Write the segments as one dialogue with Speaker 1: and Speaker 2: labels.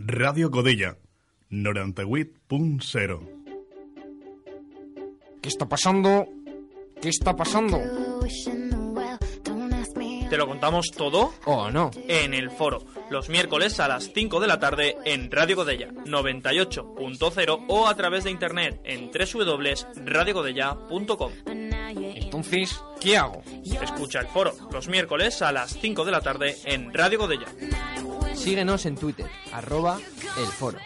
Speaker 1: Radio Godella, 98.0.
Speaker 2: ¿Qué está pasando? ¿Qué está pasando?
Speaker 3: Te lo contamos todo
Speaker 2: Oh, no.
Speaker 3: en el foro, los miércoles a las 5 de la tarde en Radio Godella 98.0 o a través de internet en www.radiogodella.com.
Speaker 2: Entonces, ¿qué hago?
Speaker 3: Escucha el foro los miércoles a las 5 de la tarde en Radio Godella.
Speaker 2: Síguenos en Twitter, arroba el foro.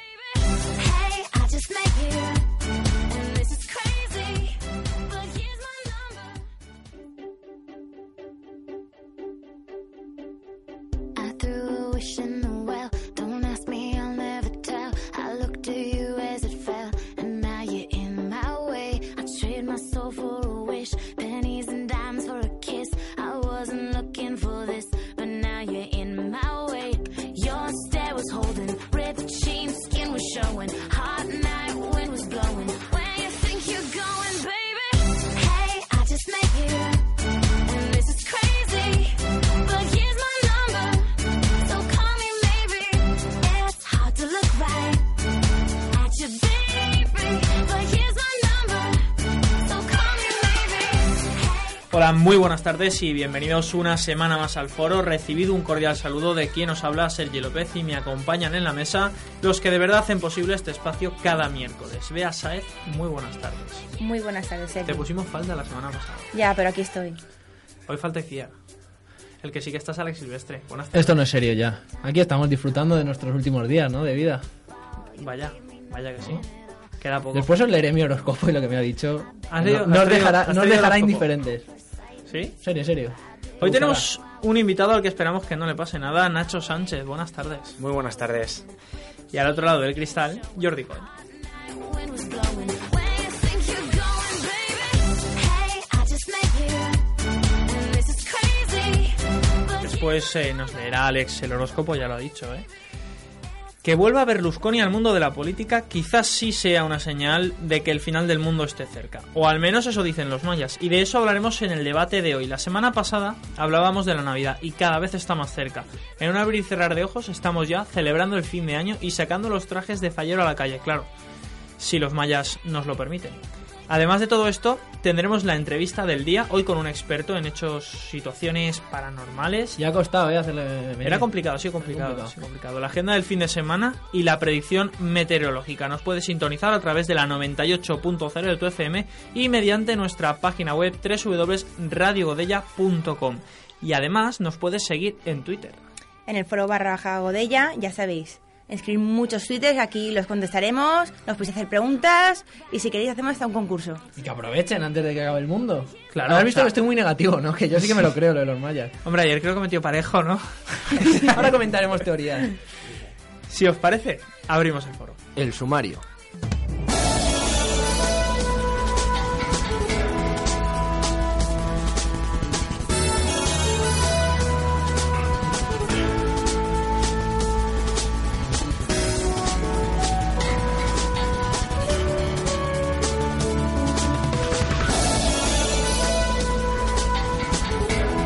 Speaker 4: Pennies and dimes for a kiss. I wasn't looking for this, but now you're in my way. Your stare was holding, ripped jeans, skin was showing. Hot night wind was blowing. Where you think you're going, baby? Hey, I just met you, and this is crazy. But here's my number, so call me maybe. It's hard to look right at you, baby, but here's my number, so call me maybe.
Speaker 3: Hola, muy buenas tardes y bienvenidos una semana más al foro. Recibido un cordial saludo de quien os habla, Sergio López, y me acompañan en la mesa los que de verdad hacen posible este espacio cada miércoles. Bea Saez, muy buenas tardes.
Speaker 5: Muy buenas tardes,
Speaker 3: Te
Speaker 5: Sergio.
Speaker 3: pusimos falda la semana pasada.
Speaker 5: Ya, pero aquí estoy.
Speaker 3: Hoy falta Ikea. El que sí que está es Alex Silvestre. Buenas tardes.
Speaker 6: Esto no es serio ya. Aquí estamos disfrutando de nuestros últimos días, ¿no? De vida.
Speaker 3: Vaya, vaya que sí. Queda poco.
Speaker 6: Después os leeré mi horóscopo y lo que me ha dicho.
Speaker 3: ¿Has
Speaker 6: No-
Speaker 3: leído-
Speaker 6: no
Speaker 3: has
Speaker 6: os
Speaker 3: leído-
Speaker 6: dejará,
Speaker 3: has
Speaker 6: no os
Speaker 3: leído el
Speaker 6: dejará
Speaker 3: horóscopo?
Speaker 6: indiferentes.
Speaker 3: ¿Sí?
Speaker 6: Serio, serio.
Speaker 3: Hoy
Speaker 6: Ojalá.
Speaker 3: tenemos un invitado al que esperamos que no le pase nada, Nacho Sánchez. Buenas tardes.
Speaker 7: Muy buenas tardes.
Speaker 3: Y al otro lado del cristal, Jordi Coy.
Speaker 4: Wind was blowing. Where you think you're going, baby? Hey, I just met you, and this is crazy.
Speaker 3: Después eh, nos leerá Alex el horóscopo, ya lo ha dicho, ¿eh? Que vuelva Berlusconi al mundo de la política quizás sí sea una señal de que el final del mundo esté cerca. O al menos eso dicen los mayas. Y de eso hablaremos en el debate de hoy. La semana pasada hablábamos de la Navidad y cada vez está más cerca. En un abrir y cerrar de ojos estamos ya celebrando el fin de año y sacando los trajes de fallero a la calle, claro. Si los mayas nos lo permiten. Además de todo esto, tendremos la entrevista del día hoy con un experto en hechos, situaciones paranormales
Speaker 6: Ya ha costado, ¿eh? Hacerle venir.
Speaker 3: era complicado, sí, complicado,
Speaker 6: Complicado.
Speaker 3: sí, complicado. La agenda del fin de semana y la predicción meteorológica. Nos puede sintonizar a través de la 98.0 de tu FM y mediante nuestra página web www.radiogodella.com. Y además nos puedes seguir en Twitter.
Speaker 5: En el foro barra baja Godella, ya sabéis. Escribid muchos tweets, aquí los contestaremos, nos podéis hacer preguntas y si queréis hacemos hasta un concurso.
Speaker 6: Y que aprovechen antes de que acabe el mundo.
Speaker 3: Claro,
Speaker 6: Has visto
Speaker 3: o sea-
Speaker 6: que estoy muy negativo, ¿no? Que yo sí que me lo creo, lo de los mayas.
Speaker 3: Hombre, ayer creo que metió parejo, ¿no?
Speaker 6: Ahora comentaremos teorías.
Speaker 3: Si os parece, abrimos el foro.
Speaker 2: El sumario.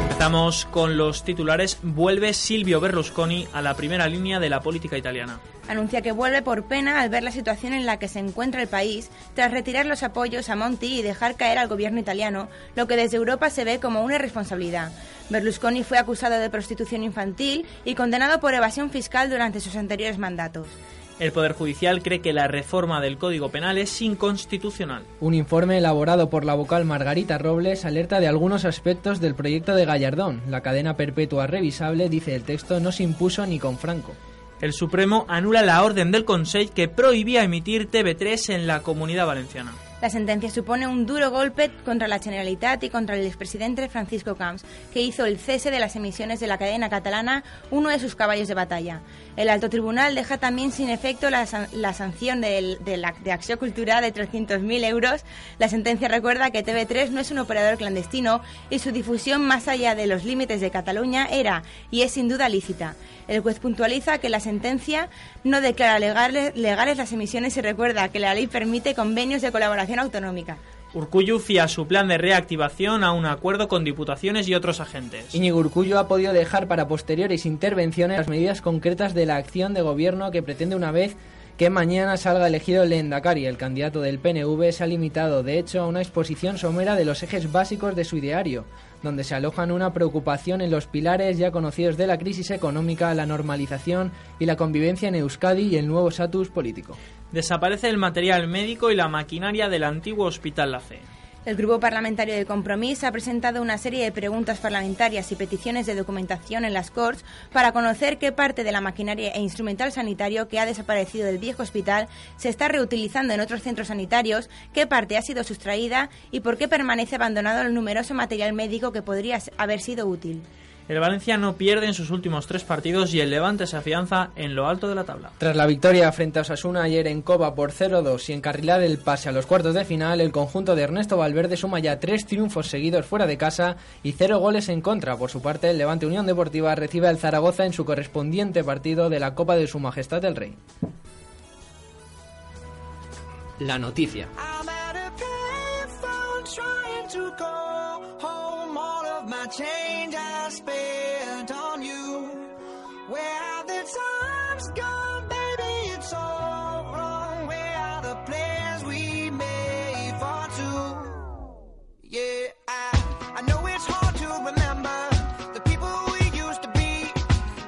Speaker 3: Empezamos con los titulares. Vuelve Silvio Berlusconi a la primera línea de la política italiana.
Speaker 5: Anuncia que vuelve por pena al ver la situación en la que se encuentra el país tras retirar los apoyos a Monti y dejar caer al gobierno italiano, lo que desde Europa se ve como una irresponsabilidad. Berlusconi fue acusado de prostitución infantil y condenado por evasión fiscal durante sus anteriores mandatos.
Speaker 3: El Poder Judicial cree que la reforma del Código Penal es inconstitucional.
Speaker 6: Un informe elaborado por la vocal Margarita Robles alerta de algunos aspectos del proyecto de Gallardón. La cadena perpetua revisable, dice el texto, no se impuso ni con Franco.
Speaker 3: El Supremo anula la orden del Consell que prohibía emitir TV3 en la comunidad valenciana.
Speaker 5: La sentencia supone un duro golpe contra la Generalitat y contra el expresidente Francisco Camps, que hizo el cese de las emisiones de la cadena catalana uno de sus caballos de batalla. El alto tribunal deja también sin efecto la, san- la sanción del- de, la, de Acción Cultural de 300.000 euros. La sentencia recuerda que TV3 no es un operador clandestino y su difusión más allá de los límites de Cataluña era y es sin duda lícita. El juez puntualiza que la sentencia no declara legales, legales las emisiones y recuerda que la ley permite convenios de colaboración autonómica.
Speaker 3: Urcuyu fía su plan de reactivación a un acuerdo con diputaciones y otros agentes.
Speaker 6: Íñigo Urcullo ha podido dejar para posteriores intervenciones las medidas concretas de la acción de gobierno que pretende una vez que mañana salga elegido el Endacari. El candidato del PNV se ha limitado, de hecho, a una exposición somera de los ejes básicos de su ideario, donde se alojan una preocupación en los pilares ya conocidos de la crisis económica, la normalización y la convivencia en Euskadi y el nuevo status político.
Speaker 3: Desaparece el material médico y la maquinaria del antiguo Hospital La Fe.
Speaker 5: El Grupo Parlamentario de Compromís ha presentado una serie de preguntas parlamentarias y peticiones de documentación en las Corts para conocer qué parte de la maquinaria e instrumental sanitario que ha desaparecido del viejo hospital se está reutilizando en otros centros sanitarios, qué parte ha sido sustraída y por qué permanece abandonado el numeroso material médico que podría haber sido útil.
Speaker 3: El Valencia no pierde en sus últimos tres partidos y el Levante se afianza en lo alto de la tabla.
Speaker 6: Tras la victoria frente a Osasuna ayer en Copa por 0-2 y encarrilar el pase a los cuartos de final, el conjunto de Ernesto Valverde suma ya tres triunfos seguidos fuera de casa y cero goles en contra. Por su parte, el Levante Unión Deportiva recibe al Zaragoza en su correspondiente partido de la Copa de Su Majestad el Rey.
Speaker 1: La noticia.
Speaker 7: I'm at a payphone trying to go home. All of my change I spent on you. Where have the times gone, baby? It's all wrong. Where are the plans we made for two? Yeah, I, I know it's hard to remember the people we used to be.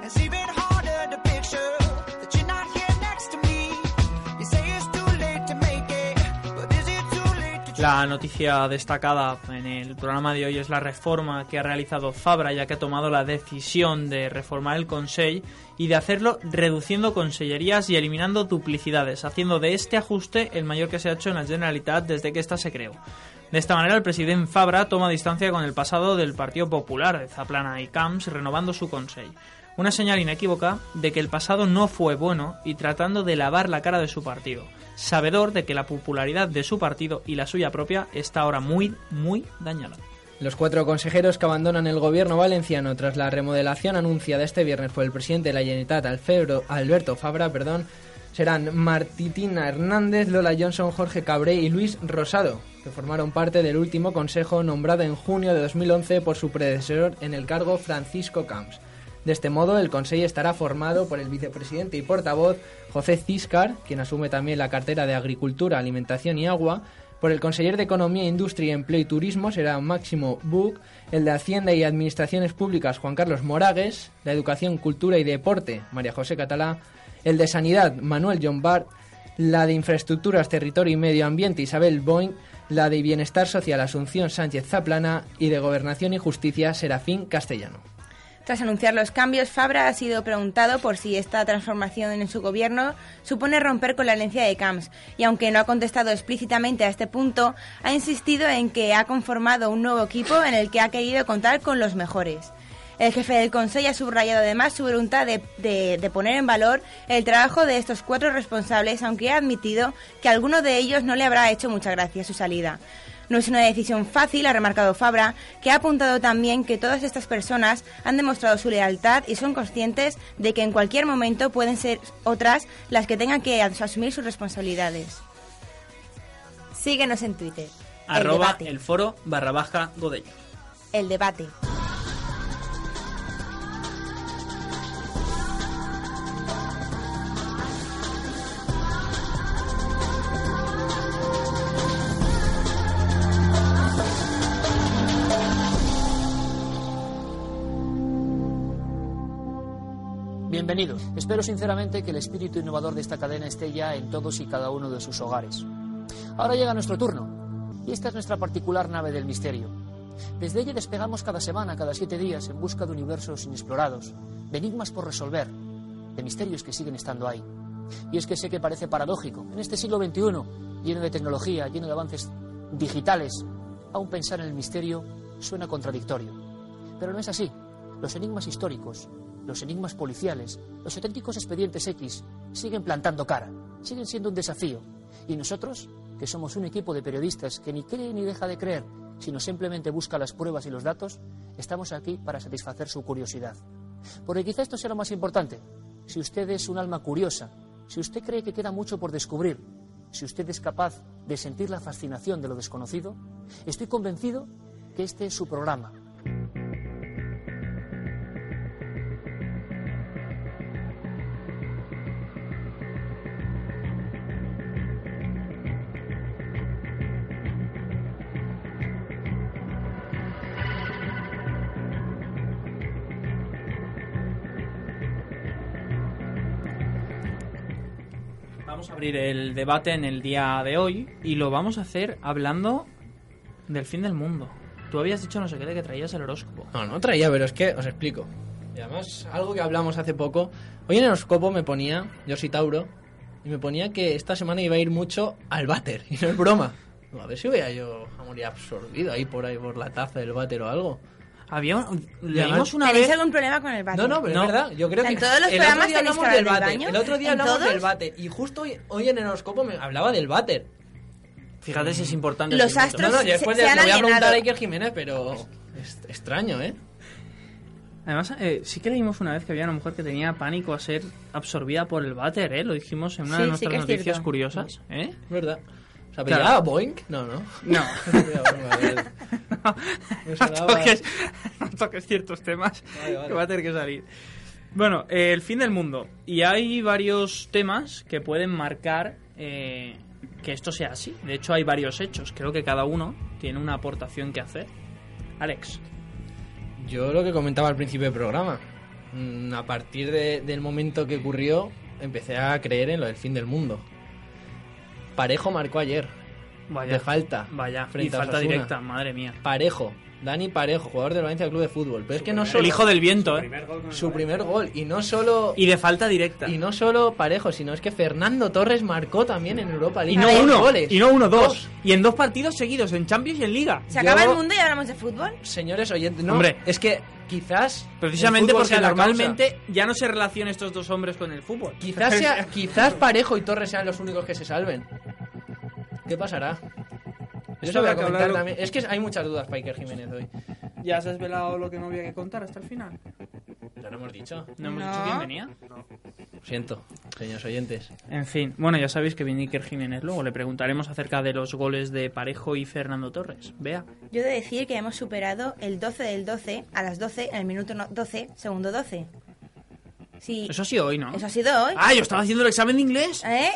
Speaker 7: It's even harder to picture that you're not here next to me. You say it's too late to make it, but is it too late to
Speaker 3: La noticia destacada en el programa de hoy es la reforma que ha realizado Fabra, ya que ha tomado la decisión de reformar el Consell y de hacerlo reduciendo consellerías y eliminando duplicidades, haciendo de este ajuste el mayor que se ha hecho en la Generalitat desde que ésta se creó. De esta manera, el presidente Fabra toma distancia con el pasado del Partido Popular de Zaplana y Camps, renovando su Consell. Una señal inequívoca de que el pasado no fue bueno y tratando de lavar la cara de su partido, sabedor de que la popularidad de su partido y la suya propia está ahora muy, muy dañada.
Speaker 6: Los cuatro consejeros que abandonan el gobierno valenciano tras la remodelación anunciada este viernes por el presidente de la Generalitat, Alfebro- Alberto Fabra, perdón, serán Martitina Hernández, Lola Johnson, Jorge Cabré y Luis Rosado, que formaron parte del último consejo nombrado en junio de 2011 por su predecesor en el cargo, Francisco Camps. De este modo, el Consejo estará formado por el vicepresidente y portavoz José Ciscar, quien asume también la cartera de Agricultura, Alimentación y Agua, por el conseller de Economía, Industria, Empleo y Turismo será Máximo Buc, el de Hacienda y Administraciones Públicas Juan Carlos Moragues, la Educación, Cultura y Deporte María José Catalá, el de Sanidad Manuel John Bart, la de Infraestructuras, Territorio y Medio Ambiente Isabel Boing, la de Bienestar Social Asunción Sánchez Zaplana y de Gobernación y Justicia Serafín Castellano.
Speaker 5: Tras anunciar los cambios, Fabra ha sido preguntado por si esta transformación en su gobierno supone romper con la herencia de Camps, y aunque no ha contestado explícitamente a este punto, ha insistido en que ha conformado un nuevo equipo en el que ha querido contar con los mejores. El jefe del Consejo ha subrayado además su voluntad de, de- de poner en valor el trabajo de estos cuatro responsables, aunque ha admitido que a alguno de ellos no le habrá hecho mucha gracia su salida. No es una decisión fácil, ha remarcado Fabra, que ha apuntado también que todas estas personas han demostrado su lealtad y son conscientes de que en cualquier momento pueden ser otras las que tengan que as- asumir sus responsabilidades. Síguenos en Twitter. El
Speaker 3: Arroba
Speaker 5: debate.
Speaker 3: el foro barra baja Godello.
Speaker 5: el debate.
Speaker 8: Bienvenidos. Espero sinceramente que el espíritu innovador de esta cadena esté ya en todos y cada uno de sus hogares. Ahora llega nuestro turno. Y esta es nuestra particular nave del misterio. Desde ella despegamos cada semana, cada siete días, en busca de universos inexplorados, de enigmas por resolver, de misterios que siguen estando ahí. Y es que sé que parece paradójico, en este siglo XXI, lleno de tecnología, lleno de avances digitales, aún pensar en el misterio suena contradictorio. Pero no es así. Los enigmas históricos, los enigmas policiales, los auténticos expedientes X siguen plantando cara, siguen siendo un desafío. Y nosotros, que somos un equipo de periodistas que ni cree ni deja de creer, sino simplemente busca las pruebas y los datos, estamos aquí para satisfacer su curiosidad. Porque quizá esto sea lo más importante. Si usted es un alma curiosa, si usted cree que queda mucho por descubrir, si usted es capaz de sentir la fascinación de lo desconocido, estoy convencido que este es su programa.
Speaker 3: Vamos a abrir el debate en el día de hoy y lo vamos a hacer hablando del fin del mundo. Tú habías dicho no sé qué de que traías el horóscopo.
Speaker 6: No, no traía, pero es que os explico. Y además, algo que hablamos hace poco. Hoy en el horóscopo me ponía, yo soy Tauro, y me ponía que esta semana iba a ir mucho al váter, y no es broma. No, a ver si voy a yo a morir absorbido ahí por ahí por la taza del váter o algo.
Speaker 3: Había un-
Speaker 6: además-
Speaker 3: leímos una
Speaker 5: ¿Tenéis
Speaker 3: vez
Speaker 5: algún problema con el váter?
Speaker 6: No, no, pero
Speaker 3: No.
Speaker 6: es verdad. Yo creo
Speaker 5: ¿En
Speaker 6: que
Speaker 5: todos los
Speaker 6: el otro
Speaker 5: programas
Speaker 6: día
Speaker 5: tenéis que
Speaker 6: hablamos
Speaker 5: hablar
Speaker 6: del
Speaker 5: del
Speaker 6: váter.
Speaker 5: baño?
Speaker 6: El otro día
Speaker 5: ¿En
Speaker 6: hablamos del
Speaker 5: todos?
Speaker 6: váter. Y justo hoy, hoy en el horóscopo me hablaba del váter.
Speaker 3: Fíjate si es importante.
Speaker 5: Los
Speaker 3: ese momento.
Speaker 5: astros-
Speaker 6: No, no,
Speaker 5: se-
Speaker 6: yo después
Speaker 5: se
Speaker 6: le-
Speaker 5: han
Speaker 6: le voy a preguntar
Speaker 5: alienado.
Speaker 6: a Iker Jiménez, pero es extraño, ¿eh?
Speaker 3: Además, eh, sí que leímos una vez que había una mujer que tenía pánico a ser absorbida por el váter, ¿eh? Lo dijimos en una
Speaker 5: Sí,
Speaker 3: de
Speaker 5: sí
Speaker 3: nuestras
Speaker 5: que es
Speaker 3: noticias
Speaker 5: cierto.
Speaker 3: curiosas, ¿eh?
Speaker 6: Es verdad. O sea,
Speaker 3: Claro.
Speaker 6: ¿pegaba a Boeing? No, no.
Speaker 3: No.
Speaker 6: Venga, venga,
Speaker 3: no,
Speaker 6: Me
Speaker 3: no
Speaker 6: sonaba-
Speaker 3: toques, no toques ciertos temas
Speaker 6: Vale, vale.
Speaker 3: que va a tener que salir. Bueno, eh, el fin del mundo. Y hay varios temas que pueden marcar eh, que esto sea así. De hecho, hay varios hechos. Creo que cada uno tiene una aportación que hacer. Alex.
Speaker 6: Yo lo que comentaba al principio del programa. Mm, A partir de- del momento que ocurrió, empecé a creer en lo del fin del mundo. Parejo marcó ayer.
Speaker 3: Vaya.
Speaker 6: De falta.
Speaker 3: Vaya. Y
Speaker 6: Frente a
Speaker 3: falta
Speaker 6: Osasuna.
Speaker 3: directa, madre mía.
Speaker 6: Parejo. Dani Parejo, jugador del Valencia Club de Fútbol. Pero es que no solo
Speaker 3: El hijo del viento, ¿eh?
Speaker 6: su primer gol y no solo
Speaker 3: Y de falta directa.
Speaker 6: y no solo Parejo, sino es que Fernando Torres marcó también en Europa League.
Speaker 3: Y no
Speaker 6: Dos
Speaker 3: uno,
Speaker 6: goles.
Speaker 3: y no uno, dos. Y en dos partidos seguidos, en Champions y en Liga.
Speaker 5: ¿Se acaba
Speaker 6: Yo-
Speaker 5: el mundo y hablamos de fútbol?
Speaker 6: Señores oyentes, no,
Speaker 3: Hombre.
Speaker 6: es que quizás
Speaker 3: Precisamente
Speaker 6: el fútbol
Speaker 3: porque
Speaker 6: sea la causa.
Speaker 3: normalmente ya no se relacionan estos dos hombres con el fútbol.
Speaker 6: Quizás, sea, quizás Parejo y Torres sean los únicos que se salven. ¿Qué pasará? Yo
Speaker 3: Esto
Speaker 6: eso
Speaker 3: habrá
Speaker 6: voy a
Speaker 3: que
Speaker 6: comentar
Speaker 3: hablarlo.
Speaker 6: también. Es que hay muchas dudas para Iker Jiménez hoy.
Speaker 3: ¿Ya se has velado lo que no había que contar hasta el final?
Speaker 6: Ya lo hemos dicho.
Speaker 3: No hemos
Speaker 5: No.
Speaker 3: dicho quién venía.
Speaker 6: Lo siento, señores oyentes.
Speaker 3: En fin, bueno, ya sabéis que viene Iker Jiménez. Luego le preguntaremos acerca de los goles de Parejo y Fernando Torres. Vea.
Speaker 5: Yo he de decir que hemos superado el 12 del 12 a las 12 en el minuto no- 12, segundo 12. Sí,
Speaker 3: Eso ha sido hoy, ¿no?
Speaker 5: eso ha sido hoy.
Speaker 3: Ah, yo estaba haciendo el examen de inglés.
Speaker 5: ¿Eh?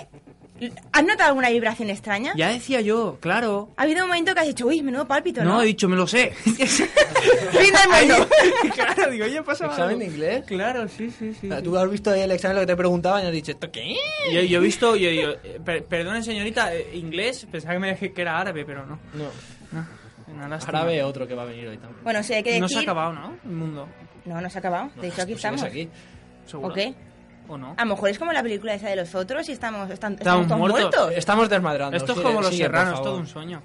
Speaker 5: ¿Has notado alguna vibración extraña?
Speaker 3: Ya decía yo, claro.
Speaker 5: Ha habido un momento que has dicho, uy, menudo pálpito, ¿no?
Speaker 3: No, he dicho, me lo sé.
Speaker 5: Fin del mundo.
Speaker 3: claro, digo, ya pasaba.
Speaker 6: ¿Examen
Speaker 3: algo.
Speaker 6: de inglés?
Speaker 3: Claro, sí, sí, sí.
Speaker 6: Ah, Tú has visto ahí el examen lo que te preguntaban y has dicho, ¿esto qué?
Speaker 3: Yo, yo he visto, yo, yo- eh, per- perdonen señorita, eh, inglés, pensaba que me dije que era árabe, pero no.
Speaker 6: No,
Speaker 3: No, una lástima.
Speaker 6: ahora ve otro que va a venir hoy también.
Speaker 5: bueno, sí, hay que decir...
Speaker 3: No se ha acabado, ¿no? El mundo.
Speaker 5: No, no se ha acabado. De hecho, aquí
Speaker 6: Tú
Speaker 5: estamos.
Speaker 6: sigues Pues aquí.
Speaker 3: Seguro.
Speaker 5: ¿O qué? Ah.
Speaker 3: ¿O no?
Speaker 5: A lo mejor es como la película esa de los otros y estamos, están,
Speaker 3: Estamos
Speaker 5: estamos todos
Speaker 3: muertos.
Speaker 5: muertos.
Speaker 6: Estamos desmadrando.
Speaker 3: Esto es
Speaker 6: Sigue,
Speaker 3: como los
Speaker 6: sigue, por
Speaker 3: serranos,
Speaker 6: favor.
Speaker 3: todo un sueño.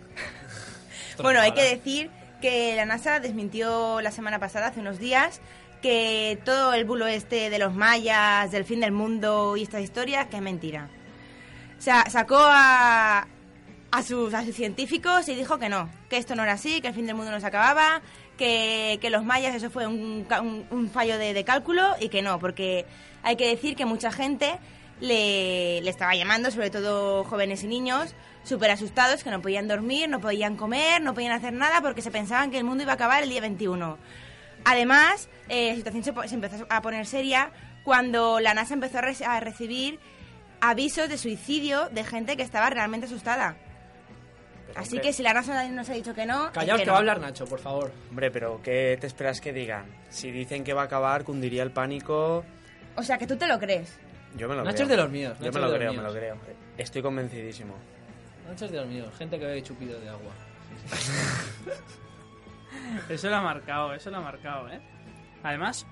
Speaker 5: Bueno, hay que decir que la NASA desmintió la semana pasada, hace unos días, que todo el bulo este de los mayas, del fin del mundo y estas historias, que es mentira. O sea, sacó a, a, sus, a sus científicos y dijo que no, que esto no era así, que el fin del mundo no se acababa, que, que los mayas eso fue un, ca- un- un fallo de, de cálculo y que no, porque hay que decir que mucha gente le, le estaba llamando, sobre todo jóvenes y niños, súper asustados, que no podían dormir, no podían comer, no podían hacer nada porque se pensaban que el mundo iba a acabar el día 21. Además, eh, la situación se, po- se empezó a poner seria cuando la NASA empezó a, re- a recibir avisos de suicidio de gente que estaba realmente asustada. Así que si la NASA nos ha dicho que no... es
Speaker 6: Callaos que,
Speaker 5: no.
Speaker 6: va a hablar Nacho, por favor.
Speaker 9: Hombre, pero ¿qué te esperas que digan? Si dicen que va a acabar, cundiría el pánico.
Speaker 5: O sea, que tú te lo crees.
Speaker 9: Yo me lo
Speaker 6: Nacho
Speaker 9: creo.
Speaker 6: es de los míos, Nacho
Speaker 9: Yo me
Speaker 6: es
Speaker 9: lo
Speaker 6: de
Speaker 9: creo,
Speaker 6: los
Speaker 9: me lo creo. Estoy convencidísimo.
Speaker 6: Nacho es de los míos, gente que bebe chupido de agua.
Speaker 3: Eso lo ha marcado, eso lo ha marcado, ¿eh? Además,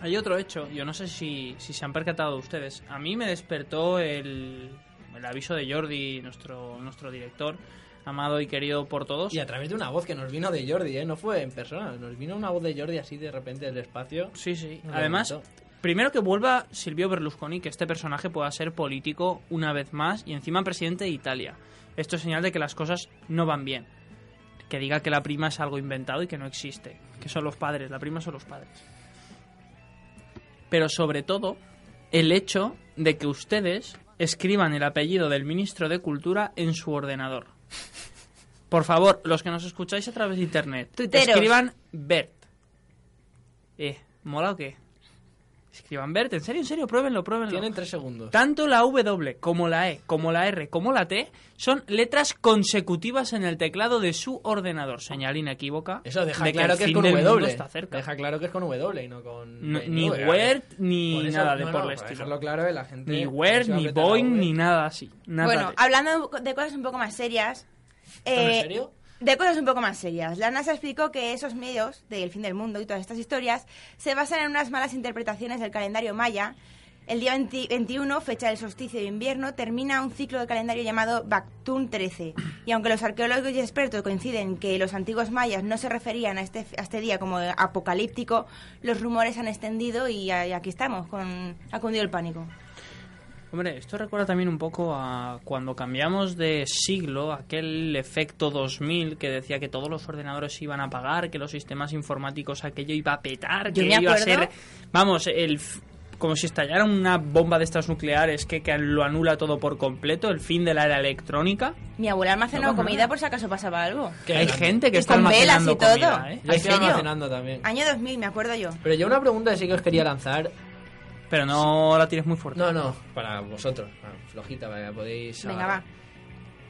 Speaker 3: Hay otro hecho, yo no sé si, si se han percatado ustedes. A mí me despertó el, el aviso de Jordi, nuestro, nuestro director, amado y querido por todos.
Speaker 6: Y a través de una voz que nos vino de Jordi, ¿eh? No fue en persona, nos vino una voz de Jordi así de repente del espacio.
Speaker 3: Sí, sí.
Speaker 6: Nos
Speaker 3: Además,
Speaker 6: levantó.
Speaker 3: primero que vuelva Silvio Berlusconi, que este personaje pueda ser político una vez más y encima presidente de Italia. Esto es señal de que las cosas no van bien. Que diga que la prima es algo inventado y que no existe. Que son los padres, la prima son los padres. Pero sobre todo, el hecho de que ustedes escriban el apellido del ministro de Cultura en su ordenador. Por favor, los que nos escucháis a través de internet,
Speaker 5: Tuiteros.
Speaker 3: escriban Bert. Eh, ¿mola o qué? Escriban Bert, en serio, en serio, pruébenlo, pruébenlo.
Speaker 6: Tienen tres segundos.
Speaker 3: Tanto la W como la E, como la R, como la T son letras consecutivas en el teclado de su ordenador. Señal inequívoca.
Speaker 6: Eso deja
Speaker 3: de
Speaker 6: claro
Speaker 3: el
Speaker 6: que es
Speaker 3: fin
Speaker 6: con
Speaker 3: del mundo
Speaker 6: W.
Speaker 3: está cerca.
Speaker 6: Deja claro que es con W y no con.
Speaker 3: No,
Speaker 6: B,
Speaker 3: ni
Speaker 6: W.
Speaker 3: Word ni
Speaker 6: Por eso-
Speaker 3: nada de
Speaker 6: no,
Speaker 3: por
Speaker 6: no,
Speaker 3: el
Speaker 6: para
Speaker 3: estilo.
Speaker 6: dejarlo claro, eh, la gente.
Speaker 3: Ni
Speaker 6: no
Speaker 3: Word,
Speaker 6: se va a
Speaker 3: ni
Speaker 6: apretar la
Speaker 3: Boeing,
Speaker 6: V.
Speaker 3: ni nada así. Nada
Speaker 5: Bueno,
Speaker 3: de-
Speaker 5: hablando de cosas un poco más serias.
Speaker 6: ¿Estás en
Speaker 5: eh,
Speaker 6: serio?
Speaker 5: De cosas un poco más serias. La NASA explicó que esos medios del fin del mundo y todas estas historias se basan en unas malas interpretaciones del calendario maya. El día 20 21, fecha del solsticio de invierno, termina un ciclo de calendario llamado Bactún 13. Y aunque los arqueólogos y expertos coinciden que los antiguos mayas no se referían a este, a este día como apocalíptico, los rumores han extendido y a- aquí estamos, con, ha cundido el pánico.
Speaker 3: Hombre, esto recuerda también un poco a cuando cambiamos de siglo, aquel efecto 2000 que decía que todos los ordenadores se iban a apagar, que los sistemas informáticos aquello iba a petar,
Speaker 5: Yo
Speaker 3: que
Speaker 5: me
Speaker 3: iba a
Speaker 5: acuerdo.
Speaker 3: ser, vamos, el f- como si estallara una bomba de estas nucleares que, que lo anula todo por completo, el fin de la era electrónica.
Speaker 5: Mi abuela almacenó comida por si acaso pasaba algo.
Speaker 6: Qué
Speaker 3: Hay
Speaker 6: grande.
Speaker 3: gente que
Speaker 5: Y
Speaker 3: está
Speaker 5: con velas
Speaker 3: almacenando
Speaker 5: y todo.
Speaker 3: comida, ¿eh?
Speaker 6: Yo
Speaker 5: ¿En
Speaker 6: estoy
Speaker 5: serio?
Speaker 6: almacenando también.
Speaker 5: Año 2000, me acuerdo yo.
Speaker 6: Pero yo una pregunta sí que os quería lanzar.
Speaker 3: Pero no la tires muy fuerte.
Speaker 6: No, no, para vosotros. Ah, flojita, para que podéis.
Speaker 5: Venga,
Speaker 6: ah,
Speaker 5: va.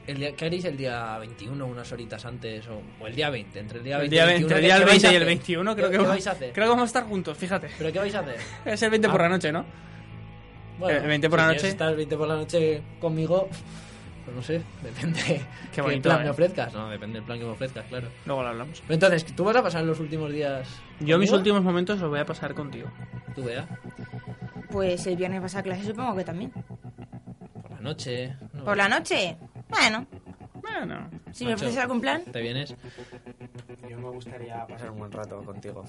Speaker 6: El día, ¿Qué haréis el día 21, unas horitas antes? O, o el día 20, entre el día 20,
Speaker 3: El día 20,
Speaker 6: 21,
Speaker 3: el
Speaker 6: ¿qué-
Speaker 3: día
Speaker 6: qué vais
Speaker 3: 20
Speaker 6: a
Speaker 3: y el
Speaker 6: hacer?
Speaker 3: 21 creo
Speaker 6: ¿Qué-
Speaker 3: que
Speaker 6: ¿Qué
Speaker 3: va-
Speaker 6: vais a hacer?
Speaker 3: creo que vamos a estar juntos, fíjate.
Speaker 6: ¿Pero qué vais a hacer?
Speaker 3: Es el 20 por
Speaker 6: Ah.
Speaker 3: la noche, ¿no? Eh, 20 por
Speaker 6: si
Speaker 3: la
Speaker 6: quieres
Speaker 3: noche.
Speaker 6: estar 20 por la noche conmigo, pues no sé, depende qué,
Speaker 3: bonito,
Speaker 6: plan me
Speaker 3: eh.
Speaker 6: ofrezcas. No, depende del plan que me ofrezcas, claro.
Speaker 3: Luego lo hablamos.
Speaker 6: Pero entonces, ¿tú vas a pasar los últimos días?
Speaker 3: Yo mis
Speaker 6: conmigo?
Speaker 3: últimos momentos los voy a pasar contigo.
Speaker 6: Tú vea,
Speaker 5: Pues el viernes vas a clase, supongo que también.
Speaker 6: por la noche. ¿no?
Speaker 5: ¿Por la noche? Bueno,
Speaker 3: Bueno.
Speaker 5: si me ofreces algún plan.
Speaker 6: ¿Te vienes?
Speaker 9: Yo me gustaría pasar un buen rato contigo.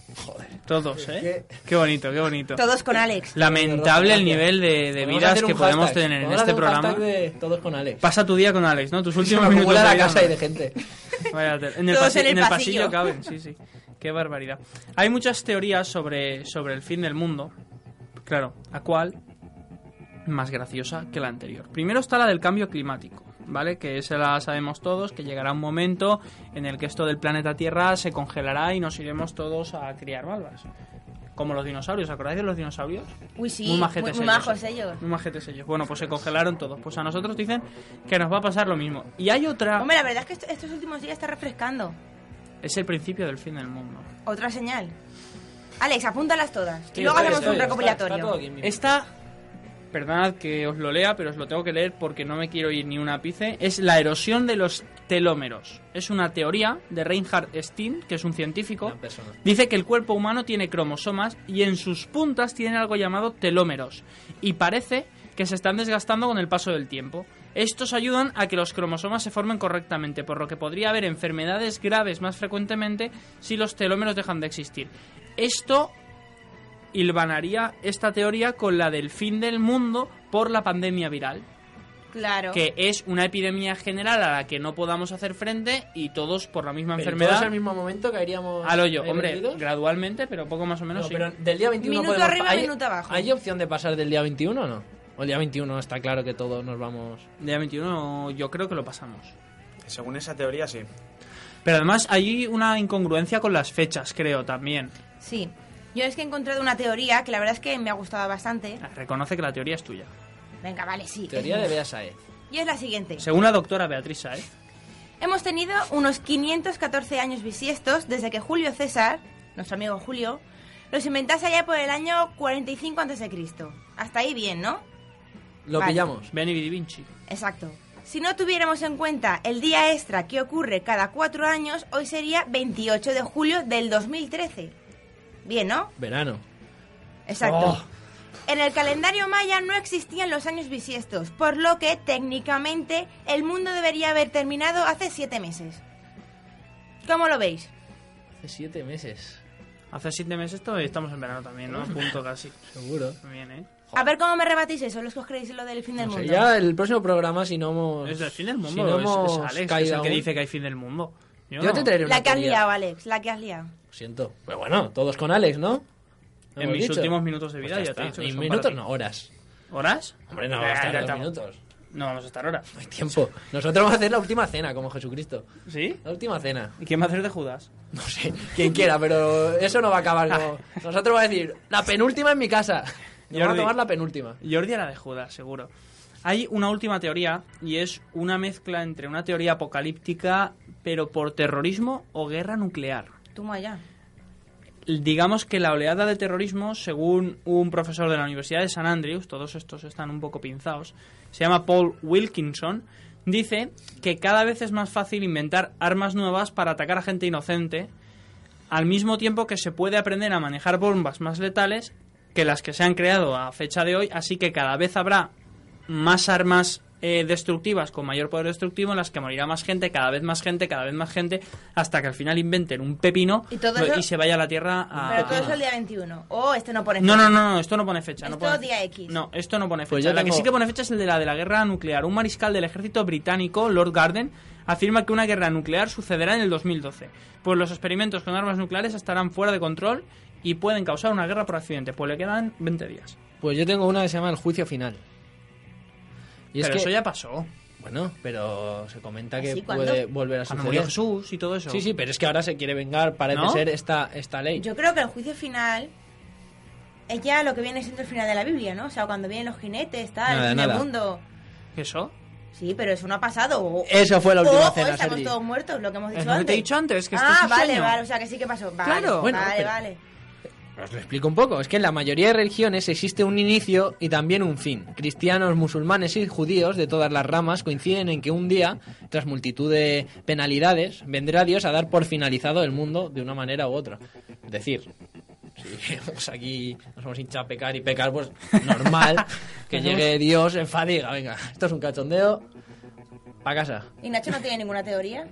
Speaker 3: Todos, ¿eh? Qué bonito, qué bonito.
Speaker 5: Todos con Alex.
Speaker 3: Lamentable el
Speaker 6: Gracias.
Speaker 3: nivel de, de
Speaker 6: Podemos
Speaker 3: vidas
Speaker 6: hacer un
Speaker 3: que podemos
Speaker 6: hashtag.
Speaker 3: tener en
Speaker 6: Podemos
Speaker 3: este
Speaker 6: hacer un
Speaker 3: programa.
Speaker 6: hashtag de todos con Alex.
Speaker 3: Pasa tu día con Alex, ¿no? Tus
Speaker 6: Se me
Speaker 3: últimos minutos.
Speaker 6: acumula
Speaker 3: de
Speaker 6: la
Speaker 3: vida,
Speaker 6: casa
Speaker 3: ¿no?
Speaker 6: y de gente.
Speaker 3: Vaya tela. en el,
Speaker 5: Todos
Speaker 3: pasi-
Speaker 5: en el
Speaker 3: en el pasillo
Speaker 5: pasillo.
Speaker 3: caben, sí, sí. Qué barbaridad. Hay muchas teorías sobre, sobre el fin del mundo. Claro, ¿a cuál? Más graciosa que la anterior. Primero está la del cambio climático, ¿vale? Que esa la sabemos todos, que llegará un momento en el que esto del planeta Tierra se congelará y nos iremos todos a criar malvas. Como los dinosaurios, ¿acordáis de los dinosaurios?
Speaker 5: Uy, sí,
Speaker 3: muy
Speaker 5: muy,
Speaker 3: majetes
Speaker 5: muy
Speaker 3: ellos.
Speaker 5: majos ellos.
Speaker 3: Muy majetes ellos. Bueno, pues se congelaron todos. Pues a nosotros dicen que nos va a pasar lo mismo. Y hay otra...
Speaker 5: Hombre, la verdad es que esto- estos últimos días está refrescando.
Speaker 3: Es el principio del fin del mundo.
Speaker 5: Otra señal. Alex, apúntalas todas. Y luego hacemos un
Speaker 6: Estoy, estoy, está- está todo
Speaker 5: recopilatorio.
Speaker 6: aquí en mi-
Speaker 3: Esta, perdonad que os lo lea, pero os lo tengo que leer porque no me quiero ir ni un ápice, es la erosión de los telómeros. Es una teoría de Reinhard Steen, que es un científico.
Speaker 6: Gran persona.
Speaker 3: Dice que el cuerpo humano tiene cromosomas y en sus puntas tiene algo llamado telómeros. Y parece que se están desgastando con el paso del tiempo. Estos ayudan a que los cromosomas se formen correctamente, por lo que podría haber enfermedades graves más frecuentemente si los telómeros dejan de existir. Esto hilvanaría esta teoría con la del fin del mundo por la pandemia viral,
Speaker 5: Claro.
Speaker 3: que es una epidemia general a la que no podamos hacer frente y todos por la misma
Speaker 6: Pero
Speaker 3: enfermedad
Speaker 6: todos al mismo momento caeríamos.
Speaker 3: al hoyo.
Speaker 6: ahí
Speaker 3: Hombre,
Speaker 6: metidos.
Speaker 3: gradualmente, pero poco más o menos.
Speaker 6: No,
Speaker 3: sí.
Speaker 6: pero del día 21
Speaker 5: Minuto
Speaker 6: podemos-
Speaker 5: arriba,
Speaker 6: ¿Hay,
Speaker 5: minuto abajo.
Speaker 6: ¿Hay opción de pasar del día 21 o no? O el día 21 está claro que todos nos vamos.
Speaker 3: Día 21 yo creo que lo pasamos.
Speaker 9: Según esa teoría, sí.
Speaker 3: Pero además hay una incongruencia con las fechas, creo, también.
Speaker 5: Sí. Yo es que he encontrado una teoría que la verdad es que me ha gustado bastante.
Speaker 3: Ah, Reconoce que la teoría es tuya.
Speaker 5: Venga, vale, sí.
Speaker 6: Ah. Teoría de Bea Saez.
Speaker 5: Y es la siguiente.
Speaker 3: Según la doctora ¿eh? Beatriz Saez.
Speaker 5: Hemos tenido unos 514 años bisiestos desde que Julio César, nuestro amigo Julio, los inventase allá por el año 45 a.C. Hasta ahí bien, ¿no?
Speaker 6: Lo
Speaker 5: Vale.
Speaker 6: pillamos.
Speaker 3: Beni Vidi Vinci.
Speaker 5: Exacto. Si no tuviéramos en cuenta el día extra que ocurre cada cuatro años, hoy sería 28 de julio del 2013. Bien, ¿no?
Speaker 6: Verano.
Speaker 5: Exacto.
Speaker 3: Oh.
Speaker 5: En el calendario maya no existían los años bisiestos, por lo que técnicamente el mundo debería haber terminado hace siete meses. ¿Cómo lo veis?
Speaker 6: Hace siete meses,
Speaker 3: Hace siete meses esto y estamos en verano también, ¿no? A punto casi.
Speaker 6: seguro.
Speaker 3: También, ¿eh?
Speaker 5: A ver cómo me rebatís eso, los que os creéis lo del fin del
Speaker 6: No sé,
Speaker 5: mundo.
Speaker 6: ya el próximo programa, si no hemos.
Speaker 3: ¿Es del fin del
Speaker 6: Pues si
Speaker 3: mundo?
Speaker 6: no
Speaker 3: es- es,
Speaker 6: hemos
Speaker 3: Alex, que es
Speaker 6: caído
Speaker 3: el que
Speaker 6: aún.
Speaker 3: dice que hay fin del mundo.
Speaker 6: Yo te traeré una
Speaker 5: La que has
Speaker 6: teoría.
Speaker 5: liado, Alex, la que has liado.
Speaker 6: Lo siento. Pero bueno, todos con Alex, ¿no?
Speaker 3: En
Speaker 6: ¿No hemos
Speaker 3: mis
Speaker 6: dicho?
Speaker 3: últimos minutos de vida
Speaker 6: Pues
Speaker 3: ya, te
Speaker 6: está.
Speaker 3: he dicho que
Speaker 6: Ni
Speaker 3: son para
Speaker 6: minutos,
Speaker 3: ti.
Speaker 6: no, horas.
Speaker 3: ¿Horas?
Speaker 6: Hombre, no,
Speaker 3: Ya,
Speaker 6: vamos a
Speaker 3: ya
Speaker 6: estar dos
Speaker 3: estamos.
Speaker 6: minutos.
Speaker 3: No vamos a estar horas.
Speaker 6: No hay tiempo. Nosotros vamos a hacer la última cena, como Jesucristo.
Speaker 3: ¿Sí?
Speaker 6: La última cena.
Speaker 3: ¿Y quién va a hacer de Judas?
Speaker 6: No sé, quien quiera, pero eso no va a acabar. como- Nosotros va a decir, la penúltima en mi casa. Nos vamos
Speaker 3: Jordi.
Speaker 6: a tomar la penúltima.
Speaker 3: Jordi hará de Judas, seguro. Hay una última teoría y es una mezcla entre una teoría apocalíptica, pero por terrorismo o guerra nuclear.
Speaker 5: Tú allá.
Speaker 3: digamos que la oleada de terrorismo, según un profesor de la Universidad de San Andrews, todos estos están un poco pinzados, se llama Paul Wilkinson, dice que cada vez es más fácil inventar armas nuevas para atacar a gente inocente, al mismo tiempo que se puede aprender a manejar bombas más letales que las que se han creado a fecha de hoy, así que cada vez habrá más armas eh, destructivas con mayor poder destructivo en las que morirá más gente, cada vez más gente, cada vez más gente, hasta que al final inventen un pepino
Speaker 5: Y todo eso-
Speaker 3: y se vaya a la Tierra a...
Speaker 5: Pero todo eso el día 21. Oh, este no pone
Speaker 3: Ah, No,
Speaker 5: fecha.
Speaker 3: no, no, no, esto no pone fecha. no
Speaker 5: Esto
Speaker 3: pone-
Speaker 5: día X.
Speaker 3: No, esto no pone fecha.
Speaker 6: Pues yo
Speaker 3: la que
Speaker 6: tengo-
Speaker 3: sí que pone fecha es el de la de la guerra nuclear. Un mariscal del ejército británico, Lord Garden, afirma que una guerra nuclear sucederá en el 2012. Pues los experimentos con armas nucleares estarán fuera de control y pueden causar una guerra por accidente. Pues le quedan 20 días.
Speaker 6: Pues yo tengo una que se llama El Juicio Final. Y es
Speaker 3: Pero
Speaker 6: que,
Speaker 3: eso ya pasó.
Speaker 6: bueno, pero se comenta que
Speaker 5: ¿Ah, ¿Sí? ¿Cuándo?
Speaker 6: puede volver a
Speaker 3: Cuando murió
Speaker 6: suceder.
Speaker 3: Jesús y todo eso.
Speaker 6: Sí, sí, pero es que ahora se quiere vengar, parece
Speaker 3: ¿No?
Speaker 6: ser, esta, esta ley.
Speaker 5: Yo creo que el juicio final es ya lo que viene siendo el final de la Biblia, ¿no? O sea, cuando vienen los jinetes, tal,
Speaker 6: Nada,
Speaker 5: el fin
Speaker 6: nada.
Speaker 5: del mundo.
Speaker 3: ¿Eso?
Speaker 5: Sí, pero eso no ha pasado. O-
Speaker 6: Eso fue la última
Speaker 5: o- o
Speaker 6: cena,
Speaker 5: estamos
Speaker 6: Sergi.
Speaker 5: todos muertos, lo que hemos
Speaker 3: Es
Speaker 5: dicho
Speaker 3: lo que
Speaker 5: antes.
Speaker 3: te he dicho antes, que esto
Speaker 5: ah,
Speaker 3: es un
Speaker 5: vale,
Speaker 3: sueño.
Speaker 5: vale, o sea que sí que pasó. Vale,
Speaker 3: Claro.
Speaker 6: Bueno,
Speaker 5: vale,
Speaker 6: pero-
Speaker 5: vale.
Speaker 6: Os lo explico un poco. Es que en la mayoría de religiones existe un inicio y también un fin. Cristianos, musulmanes y judíos de todas las ramas coinciden en que un día, tras multitud de penalidades, vendrá Dios a dar por finalizado el mundo de una manera u otra. Es decir, si vamos aquí, nos vamos a hinchar a pecar y pecar, pues normal que llegue Dios en fadiga. Venga, esto es un cachondeo. Pa' casa.
Speaker 5: ¿Y Nacho no tiene ninguna teoría?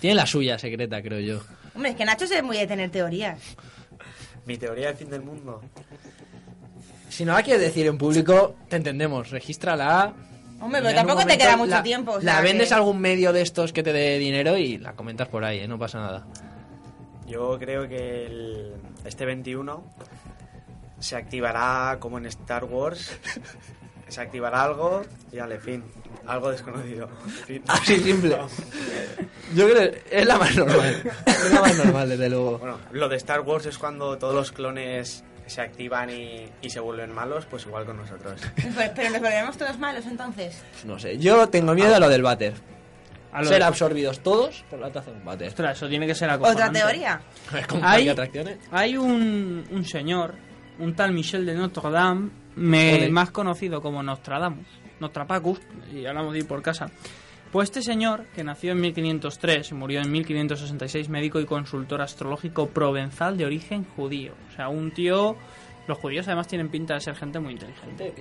Speaker 6: Tiene la suya secreta, creo yo.
Speaker 5: Hombre, es que Nacho se es muy de tener teorías.
Speaker 9: Mi teoría del fin del mundo.
Speaker 6: Si no la quieres decir en público, te entendemos. Regístrala.
Speaker 5: Hombre,
Speaker 6: Y
Speaker 5: pero
Speaker 6: ya en un
Speaker 5: tampoco te queda mucho
Speaker 6: la-
Speaker 5: tiempo, o
Speaker 6: la
Speaker 5: sea
Speaker 6: vendes
Speaker 5: que-
Speaker 6: a algún medio de estos que te dé dinero y la comentas por ahí, ¿eh? no pasa nada.
Speaker 9: Yo creo que el- este 21 se activará como en Star Wars. Se activará algo y al fin. Algo desconocido. Fin.
Speaker 6: Así simple. Yo creo que es la más normal. Es la más normal, desde luego.
Speaker 9: Bueno, lo de Star Wars es cuando todos los clones se activan y, y se vuelven malos, pues igual con nosotros.
Speaker 5: Pero, pero nos volveremos todos malos entonces.
Speaker 6: No sé, yo tengo miedo a lo del váter.
Speaker 3: A lo
Speaker 6: Ser
Speaker 3: de-
Speaker 6: absorbidos todos por la taza de un váter.
Speaker 3: Ostras, eso tiene que ser
Speaker 5: Otra
Speaker 3: acojonante.
Speaker 5: teoría.
Speaker 6: Es como ¿eh?
Speaker 3: Hay-
Speaker 6: parque de atracciones.
Speaker 3: Hay un, un señor, un tal Michel de Notre Dame, me-
Speaker 6: Ole.
Speaker 3: más conocido como Nostradamus, Nostrapacus, y hablamos de ir por casa. Pues este señor, que nació en 1503 y murió en 1566, médico y consultor astrológico provenzal de origen judío. O sea, un tío... Los judíos además tienen pinta de ser gente muy inteligente.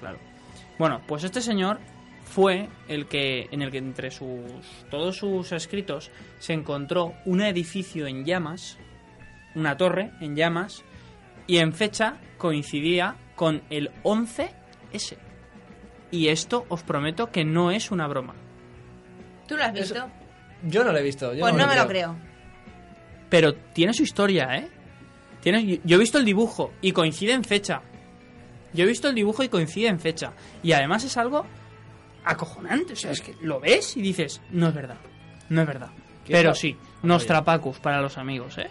Speaker 3: Claro. Bueno, pues este señor fue el que en el que entre sus todos sus escritos se encontró un edificio en llamas, una torre en llamas y en fecha coincidía con el 11S. Y esto os prometo que no es una broma.
Speaker 5: ¿Tú lo has visto?
Speaker 6: Eso- Yo no lo he visto. yo
Speaker 5: pues no, me lo creo.
Speaker 3: Pero tiene su historia, ¿eh? Tiene, yo he visto el dibujo y coincide en fecha. Yo he visto el dibujo y coincide en fecha. Y además es algo acojonante. O sea, es que lo ves y dices, no es verdad. No es verdad.
Speaker 6: ¿Qué
Speaker 3: Pero
Speaker 6: es lo-
Speaker 3: sí, Nostrapacus para los amigos, ¿eh?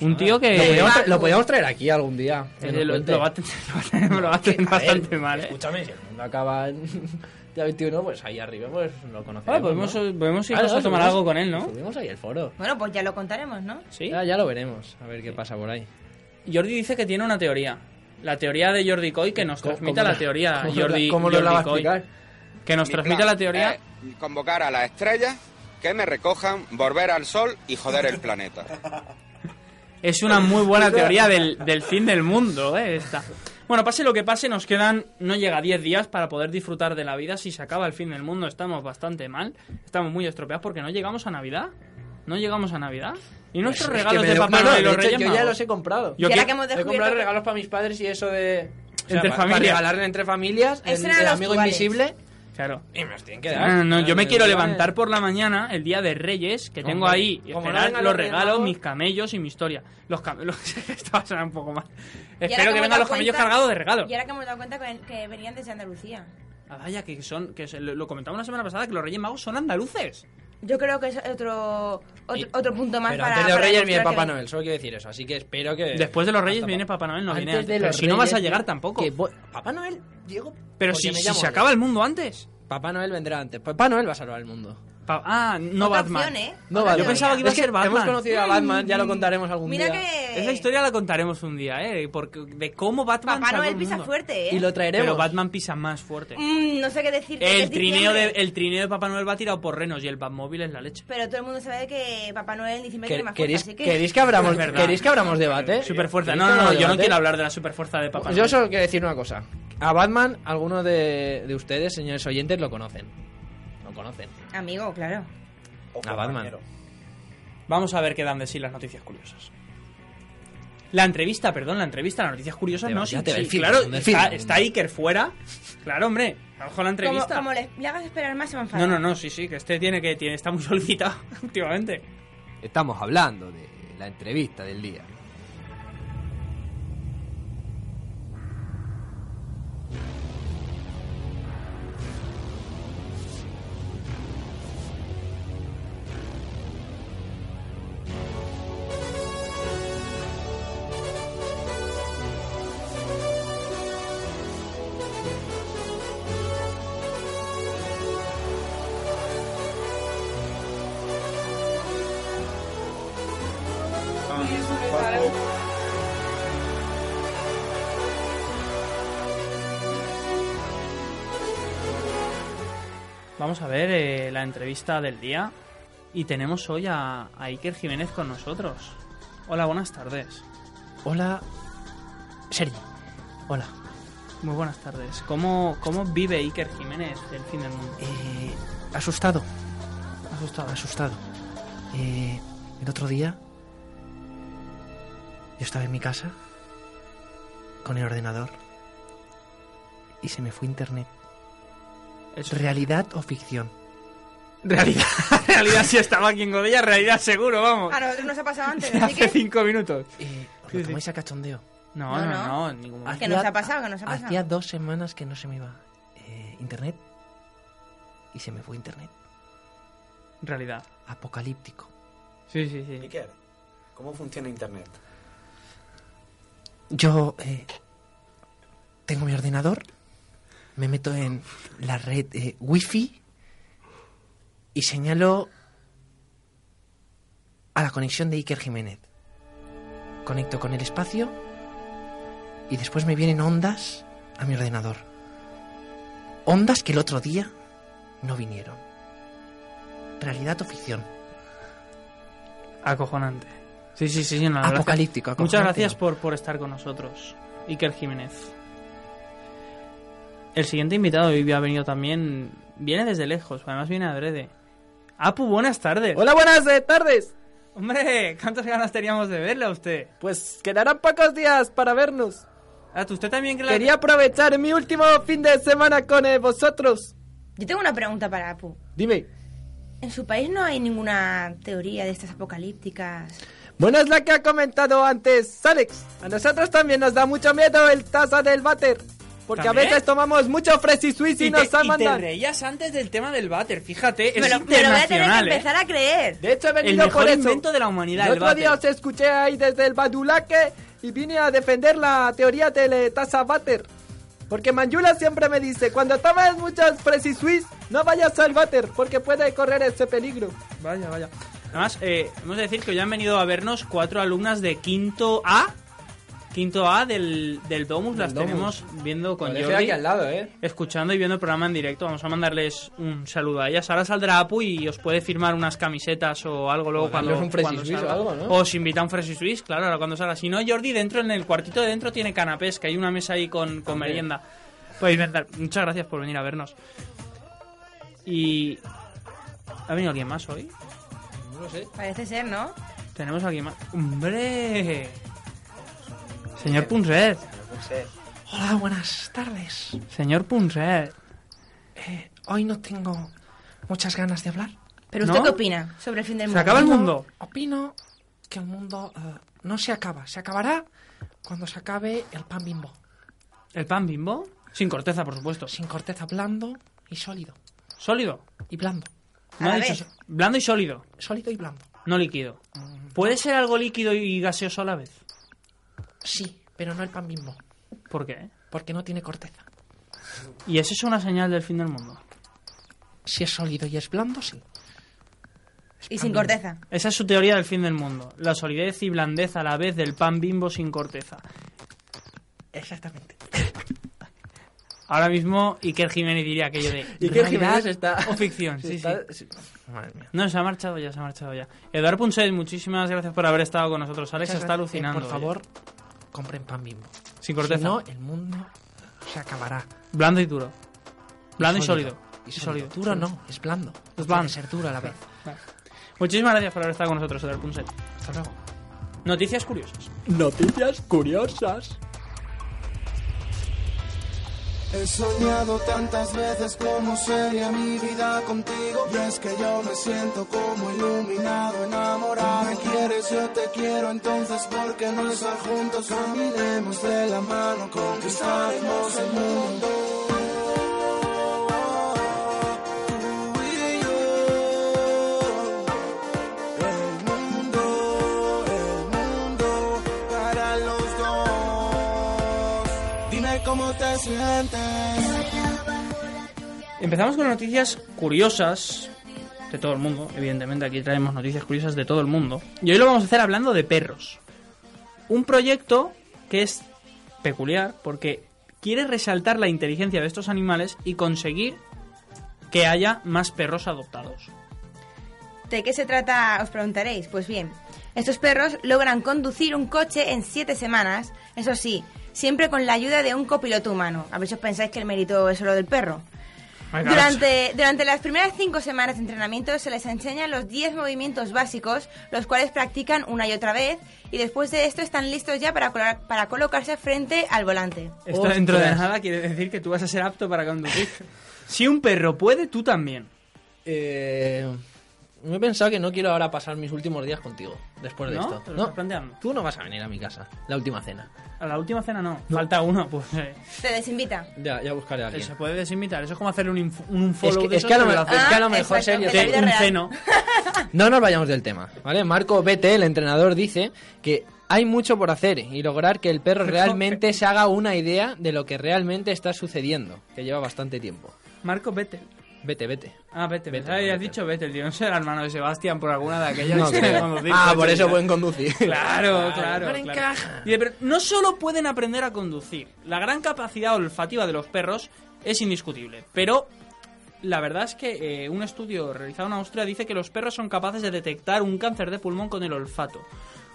Speaker 3: Un tío
Speaker 6: Lo
Speaker 3: que...
Speaker 6: podríamos, tra- lo podríamos traer aquí algún día. que
Speaker 3: Eh,
Speaker 6: nos
Speaker 3: lo,
Speaker 6: cuente.
Speaker 3: lo va a tener, lo va a tener
Speaker 6: A ver,
Speaker 3: bastante mal, ¿eh?
Speaker 6: Escúchame, si el mundo acaba en día 21, pues ahí arriba pues lo conocemos.
Speaker 3: Ah, podemos,
Speaker 6: ¿no?
Speaker 3: podemos irnos
Speaker 6: Claro,
Speaker 3: a tomar
Speaker 6: subimos-
Speaker 3: algo con él, ¿no?
Speaker 6: Subimos ahí el foro.
Speaker 5: Bueno, pues ya lo contaremos, ¿no?
Speaker 3: Sí.
Speaker 6: Ya, ya lo veremos, a ver qué pasa por ahí.
Speaker 3: Jordi dice que tiene una teoría. La teoría de Jordi Coy que nos
Speaker 6: ¿Cómo-
Speaker 3: transmite
Speaker 6: cómo
Speaker 3: la
Speaker 6: la-
Speaker 3: teoría
Speaker 6: cómo
Speaker 3: Jordi,
Speaker 6: la- cómo nos la
Speaker 3: Jordi
Speaker 6: va a
Speaker 3: Coy.
Speaker 6: explicar? eh,
Speaker 3: Que nos
Speaker 10: Mi
Speaker 3: transmite
Speaker 10: plan
Speaker 3: la teoría.
Speaker 10: es convocar a las estrellas que me recojan, volver al sol y joder el planeta.
Speaker 3: Es una muy buena teoría del, del fin del mundo, ¿eh? Esta. Bueno, pase lo que pase, nos quedan no llega a 10 días para poder disfrutar de la vida. Si se acaba el fin del mundo, estamos bastante mal. Estamos muy estropeados porque no llegamos a Navidad. No llegamos a Navidad.
Speaker 6: Pues
Speaker 3: Y nuestros regalos de Papá Noel y los Reyes
Speaker 6: yo ya
Speaker 3: Magos?
Speaker 6: los he comprado.
Speaker 3: Yo
Speaker 5: Y ahora
Speaker 3: quiero-
Speaker 5: que hemos
Speaker 6: He comprado
Speaker 5: descubierto...
Speaker 6: regalos para mis padres y eso de...
Speaker 3: Entre
Speaker 6: pa-
Speaker 3: familias.
Speaker 6: Para regalar entre familias,
Speaker 5: Esos
Speaker 6: el,
Speaker 5: eran
Speaker 6: el
Speaker 5: los
Speaker 6: amigo
Speaker 5: actuales.
Speaker 6: invisible.
Speaker 3: Claro.
Speaker 6: Y me los tienen que dar.
Speaker 3: Ah, no, yo me quiero
Speaker 6: Vale.
Speaker 3: levantar por la mañana, el día de Reyes, que tengo
Speaker 6: Hombre,
Speaker 3: ahí, y
Speaker 6: como no
Speaker 3: esperar
Speaker 6: vengan
Speaker 3: los
Speaker 6: los Reyes
Speaker 3: regalos,
Speaker 6: Magos.
Speaker 3: mis camellos y mi historia. Los camellos... Esto va a sonar un poco mal.
Speaker 5: Y ahora
Speaker 3: Espero que
Speaker 5: hemos
Speaker 3: vengan
Speaker 5: dado
Speaker 3: los camellos
Speaker 5: cuenta-
Speaker 3: cargados de regalos.
Speaker 5: Y ahora que hemos dado cuenta que, que venían desde Andalucía.
Speaker 3: Ah, vaya, que son... que se- lo- Lo comentamos la semana pasada, que los Reyes Magos son andaluces.
Speaker 5: Yo creo que es otro,
Speaker 6: Y-
Speaker 5: otro, otro punto más
Speaker 6: Pero
Speaker 5: para...
Speaker 6: antes de los
Speaker 5: para
Speaker 6: Reyes viene
Speaker 5: demostrar
Speaker 6: Papá
Speaker 5: que-
Speaker 6: Noel, solo quiero decir eso. Así que espero que...
Speaker 3: Después de los Reyes
Speaker 6: Eh, Hasta
Speaker 3: viene
Speaker 6: pa-
Speaker 3: Papá Noel, no
Speaker 6: Antes
Speaker 3: viene antes.
Speaker 6: de
Speaker 3: Pero
Speaker 6: los
Speaker 3: si no vas a
Speaker 6: Reyes,
Speaker 3: llegar tampoco.
Speaker 6: que voy- Papá Noel, llego...
Speaker 3: Pero
Speaker 6: porque
Speaker 3: si,
Speaker 6: me
Speaker 3: si
Speaker 6: llamo
Speaker 3: se
Speaker 6: yo.
Speaker 3: acaba el mundo antes.
Speaker 6: Papá Noel vendrá antes. Papá Noel va a salvar el mundo.
Speaker 3: Pa- ah, no
Speaker 5: Otra
Speaker 3: Batman.
Speaker 5: opción, ¿eh?
Speaker 6: No
Speaker 5: Otra
Speaker 3: Yo
Speaker 6: vale.
Speaker 5: teoría.
Speaker 3: pensaba que iba a
Speaker 6: Es
Speaker 3: ser Batman.
Speaker 6: Hemos conocido a Batman, ya lo contaremos algún
Speaker 5: Mira
Speaker 6: día.
Speaker 5: que...
Speaker 3: Esa historia la contaremos un día, ¿eh? Porque, de cómo Batman
Speaker 5: Papá
Speaker 3: salvó
Speaker 5: Noel
Speaker 3: el
Speaker 5: pisa
Speaker 3: mundo.
Speaker 5: fuerte, ¿eh?
Speaker 6: Y lo traeremos.
Speaker 3: Pero Batman pisa más fuerte.
Speaker 5: Mm, no sé qué decir.
Speaker 3: El trineo, de, el trineo de Papá Noel va tirado por renos y el Batmóvil es la leche.
Speaker 5: Pero todo el mundo sabe que Papá Noel en diciembre tiene
Speaker 6: Que-
Speaker 5: más fuerza,
Speaker 6: ¿Queréis,
Speaker 5: así que...
Speaker 6: queréis que abramos,
Speaker 3: Es verdad.
Speaker 6: ¿Queréis que abramos debate?
Speaker 3: Superfuerza.
Speaker 6: ¿Queréis
Speaker 3: No,
Speaker 6: que
Speaker 3: no, no,
Speaker 6: abramos
Speaker 3: yo no
Speaker 6: debate?
Speaker 3: quiero hablar de ¿Eh? la superfuerza de Papá Noel.
Speaker 6: Yo solo quiero decir una cosa. A Batman, algunos de, de ustedes, señores oyentes, lo conocen. Lo conocen.
Speaker 5: Amigo, claro.
Speaker 6: A Batman.
Speaker 3: Vamos a ver qué dan de sí las noticias curiosas. La entrevista, perdón, la entrevista, las noticias curiosas,
Speaker 6: Te
Speaker 3: no,
Speaker 6: vas,
Speaker 3: sí,
Speaker 6: ya te
Speaker 3: sí,
Speaker 6: ve el film,
Speaker 3: claro,
Speaker 6: donde el
Speaker 3: está,
Speaker 6: film.
Speaker 3: está Iker fuera, claro, hombre, abajo la
Speaker 5: Como,
Speaker 3: entrevista.
Speaker 5: como le, le hagas esperar más, se va a enfadar.
Speaker 3: No, no, no, sí, sí, que este tiene que, tiene, está muy solicitado últimamente.
Speaker 11: Estamos hablando de la entrevista del día.
Speaker 3: Vamos a ver eh, la entrevista del día y tenemos hoy a, a Iker Jiménez con nosotros. Hola, buenas tardes.
Speaker 6: Hola, Sergio. Hola.
Speaker 3: Muy buenas tardes. ¿Cómo, cómo vive Iker Jiménez el fin del mundo?
Speaker 6: Eh, asustado. Asustado. Asustado. Eh, el otro día yo estaba en mi casa con el ordenador y se me fue internet.
Speaker 3: Eso.
Speaker 6: ¿Realidad o ficción?
Speaker 3: Realidad, realidad si estaba aquí en Godella, realidad seguro, vamos.
Speaker 5: A nosotros nos ha pasado antes, así
Speaker 3: Hace
Speaker 5: que...
Speaker 3: cinco minutos.
Speaker 6: Eh, ¿Lo
Speaker 3: Sí, sí.
Speaker 6: tomáis a cachondeo?
Speaker 3: No, no,
Speaker 5: No,
Speaker 3: no,
Speaker 5: no.
Speaker 3: en ningún
Speaker 6: Hacía-
Speaker 3: momento.
Speaker 5: Que nos ha pasado, que nos ha pasado.
Speaker 6: Hacía dos semanas que no se me iba eh, internet y se me fue internet.
Speaker 3: Realidad.
Speaker 6: Apocalíptico.
Speaker 3: Sí, sí, sí.
Speaker 12: Iker, ¿cómo funciona Internet?
Speaker 6: Yo eh, tengo mi ordenador, me meto en la red eh, wifi y señalo a la conexión de Iker Jiménez. Conecto con el espacio y después me vienen ondas a mi ordenador. Ondas que el otro día no vinieron. Realidad o ficción.
Speaker 3: Acojonante. Sí, sí, sí, sí. no, la verdad es que-
Speaker 6: Apocalíptico.
Speaker 3: Muchas
Speaker 6: acojonante,
Speaker 3: gracias
Speaker 6: ¿no?
Speaker 3: por, por estar con nosotros, Iker Jiménez. El siguiente invitado hoy ha venido también. Viene desde lejos, además viene adrede. Apu, buenas tardes.
Speaker 9: Hola, buenas eh, tardes.
Speaker 3: Hombre, ¿cuántas ganas teníamos de verle a usted?
Speaker 9: Pues quedarán pocos días para vernos.
Speaker 3: ¿A usted también que la-
Speaker 9: Quería aprovechar mi último fin de semana con eh, vosotros.
Speaker 5: Yo tengo una pregunta para Apu.
Speaker 9: Dime,
Speaker 5: En su país no hay ninguna teoría de estas apocalípticas.
Speaker 9: bueno es la que ha comentado antes Alex. A nosotros también nos da mucho miedo el taza del váter. Porque
Speaker 3: ¿También?
Speaker 9: a veces tomamos mucho fresh suiz y
Speaker 3: Y te,
Speaker 9: nos
Speaker 3: y te
Speaker 9: mandan.
Speaker 3: reías antes del tema del váter, fíjate.
Speaker 5: me,
Speaker 3: es
Speaker 5: lo, me lo voy a tener que
Speaker 3: internacional, ¿eh?
Speaker 5: empezar a creer.
Speaker 9: De hecho, he
Speaker 3: El
Speaker 9: venido
Speaker 3: mejor
Speaker 9: por eso.
Speaker 3: invento de la humanidad,
Speaker 9: El
Speaker 3: el
Speaker 9: otro día os
Speaker 3: váter.
Speaker 9: escuché ahí desde el Badulaque y vine a defender la teoría del eh, Taza Váter. Porque Manjula siempre me dice, cuando tomes muchas Prezi Suisse, no vayas al váter, porque puede correr ese peligro.
Speaker 3: Vaya, vaya. Además, eh, hemos de decir que hoy han venido a vernos cuatro alumnas de quinto A. quinto A del, del Domus
Speaker 6: Del
Speaker 3: las
Speaker 6: Domus.
Speaker 3: tenemos viendo con
Speaker 6: Colegio
Speaker 3: Jordi.
Speaker 6: aquí al lado, ¿eh?
Speaker 3: Escuchando y viendo el programa en directo. Vamos a mandarles un saludo a ellas. Ahora saldrá Apu y os puede firmar unas camisetas o algo luego
Speaker 6: O
Speaker 3: cuando,
Speaker 6: darnos un Fresh
Speaker 3: cuando
Speaker 6: Swiss
Speaker 3: salga.
Speaker 6: o algo, ¿no?
Speaker 3: Os invita a un Fresh Swiss, claro, ahora cuando salga. Si no, Jordi, dentro en el cuartito de dentro tiene canapés, que hay una mesa ahí con, con
Speaker 6: Hombre.
Speaker 3: merienda. Podéis inventar. Muchas gracias por venir a vernos. Y... ¿Ha venido alguien más hoy?
Speaker 6: No lo sé.
Speaker 5: Parece ser, ¿no?
Speaker 3: Tenemos aquí más. ¡Hombre! Señor Punset.
Speaker 10: Hola, buenas tardes.
Speaker 3: Señor Punset.
Speaker 10: Eh, hoy no tengo muchas ganas de hablar.
Speaker 5: ¿Pero usted qué opina sobre el fin del mundo?
Speaker 3: Se acaba el mundo.
Speaker 10: Opino que el mundo eh, no se acaba. Se acabará cuando se acabe el pan bimbo.
Speaker 3: ¿El pan bimbo? Sin corteza, por supuesto.
Speaker 10: Sin corteza, blando y sólido.
Speaker 3: Sólido.
Speaker 10: Y blando.
Speaker 3: No
Speaker 10: A
Speaker 3: ha
Speaker 10: la
Speaker 3: dicho
Speaker 10: vez.
Speaker 3: so- Blando y sólido,
Speaker 10: Sólido y blando.
Speaker 3: no líquido. ¿Puede ser algo líquido y gaseoso a la vez?
Speaker 10: Sí, pero no el pan bimbo.
Speaker 3: ¿Por qué?
Speaker 10: Porque no tiene corteza.
Speaker 3: ¿Y es eso una señal del fin del mundo?
Speaker 10: Si es sólido y es blando, sí.
Speaker 5: Y sin corteza.
Speaker 3: Esa es su teoría del fin del mundo. La solidez y blandez a la vez del pan bimbo sin corteza.
Speaker 10: Exactamente.
Speaker 3: Ahora mismo Iker Jiménez diría aquello de...
Speaker 6: Iker
Speaker 3: ¿realidad
Speaker 6: Jiménez está-
Speaker 3: O ficción, sí, sí.
Speaker 6: Está- sí.
Speaker 10: Madre mía.
Speaker 3: No, se ha marchado ya, se ha marchado ya. Eduardo Punset, muchísimas gracias por haber estado con nosotros. Alex
Speaker 10: Muchas
Speaker 3: está
Speaker 10: gracias. Eh,
Speaker 3: alucinando.
Speaker 10: por
Speaker 3: oye.
Speaker 10: favor, compren pan bimbo.
Speaker 3: Sin corteza.
Speaker 10: Si no, el mundo se acabará.
Speaker 3: Blando y duro. Blando y sólido.
Speaker 10: Y sólido. Duro no, es blando.
Speaker 3: Es
Speaker 10: Tiene
Speaker 3: blando.
Speaker 10: que ser duro a la vez.
Speaker 3: Vale. Muchísimas gracias por haber estado con nosotros, Eduardo Punset.
Speaker 10: Hasta luego.
Speaker 3: Noticias curiosas.
Speaker 13: Noticias curiosas.
Speaker 7: He soñado tantas veces cómo sería mi vida contigo Y es que yo me siento como iluminado, enamorado Me quieres, yo te quiero, entonces ¿por qué no estar juntos? Caminemos de la mano, conquistaremos el mundo Tú y yo El mundo, el mundo para los dos Dime cómo te sientes.
Speaker 3: Empezamos con noticias curiosas de todo el mundo. Evidentemente, aquí traemos noticias curiosas de todo el mundo. Y hoy lo vamos a hacer hablando de perros. Un proyecto que es peculiar porque quiere resaltar la inteligencia de estos animales y conseguir que haya más perros adoptados.
Speaker 5: ¿De qué se trata? Os preguntaréis. Pues bien, estos perros logran conducir un coche en siete semanas, eso sí, siempre con la ayuda de un copiloto humano. A ver si os pensáis que el mérito es solo del perro. Durante, durante las primeras cinco semanas de entrenamiento se les enseñan los 10 movimientos básicos, los cuales practican una y otra vez, y después de esto están listos ya para, colar- para colocarse frente al volante.
Speaker 3: Esto dentro de
Speaker 6: Ostras.
Speaker 3: nada quiere decir que tú vas a ser apto para conducir. si un perro puede, tú también.
Speaker 6: Eh, me he pensado que no quiero ahora pasar mis últimos días contigo, después de
Speaker 3: ¿No?
Speaker 6: esto.
Speaker 3: ¿Te lo estás planteando?
Speaker 6: tú no vas a venir a mi casa, la última cena.
Speaker 3: A la última cena no. Falta uno, pues. eh,
Speaker 5: Se desinvita.
Speaker 6: Ya, ya buscaré a alguien.
Speaker 3: se puede desinvitar. Eso es como hacerle un, inf- un
Speaker 6: Es
Speaker 3: unfollow
Speaker 6: que,
Speaker 3: de
Speaker 6: es
Speaker 3: esos,
Speaker 6: que a lo,
Speaker 3: pero
Speaker 6: me-
Speaker 3: lo haces
Speaker 6: es que a lo
Speaker 5: Ah,
Speaker 6: mejor
Speaker 5: exacto,
Speaker 6: sería-
Speaker 5: en la vida
Speaker 3: un
Speaker 5: real.
Speaker 3: ceno.
Speaker 6: No nos vayamos del tema, ¿vale? Marco Bete, el entrenador, dice que hay mucho por hacer y lograr que el perro realmente se haga una idea de lo que realmente está sucediendo, que lleva bastante tiempo.
Speaker 3: Marco Vettel.
Speaker 6: Vete, vete.
Speaker 3: Ah, Vettel.
Speaker 6: Vettel,
Speaker 3: Pensaba que habías
Speaker 6: Vettel.
Speaker 3: dicho Vettel, tío. No será hermano de Sebastián por alguna de aquellas.
Speaker 6: No
Speaker 3: que
Speaker 6: creo.
Speaker 3: conducir
Speaker 6: ah,
Speaker 3: coches
Speaker 6: por
Speaker 3: y
Speaker 6: eso
Speaker 3: tal.
Speaker 6: pueden conducir.
Speaker 3: Claro, claro.
Speaker 10: no le
Speaker 3: claro.
Speaker 10: encaja.
Speaker 3: Dice, pero no solo pueden aprender a conducir. La gran capacidad olfativa de los perros es indiscutible. Pero la verdad es que eh, un estudio realizado en Austria dice que los perros son capaces de detectar un cáncer de pulmón con el olfato.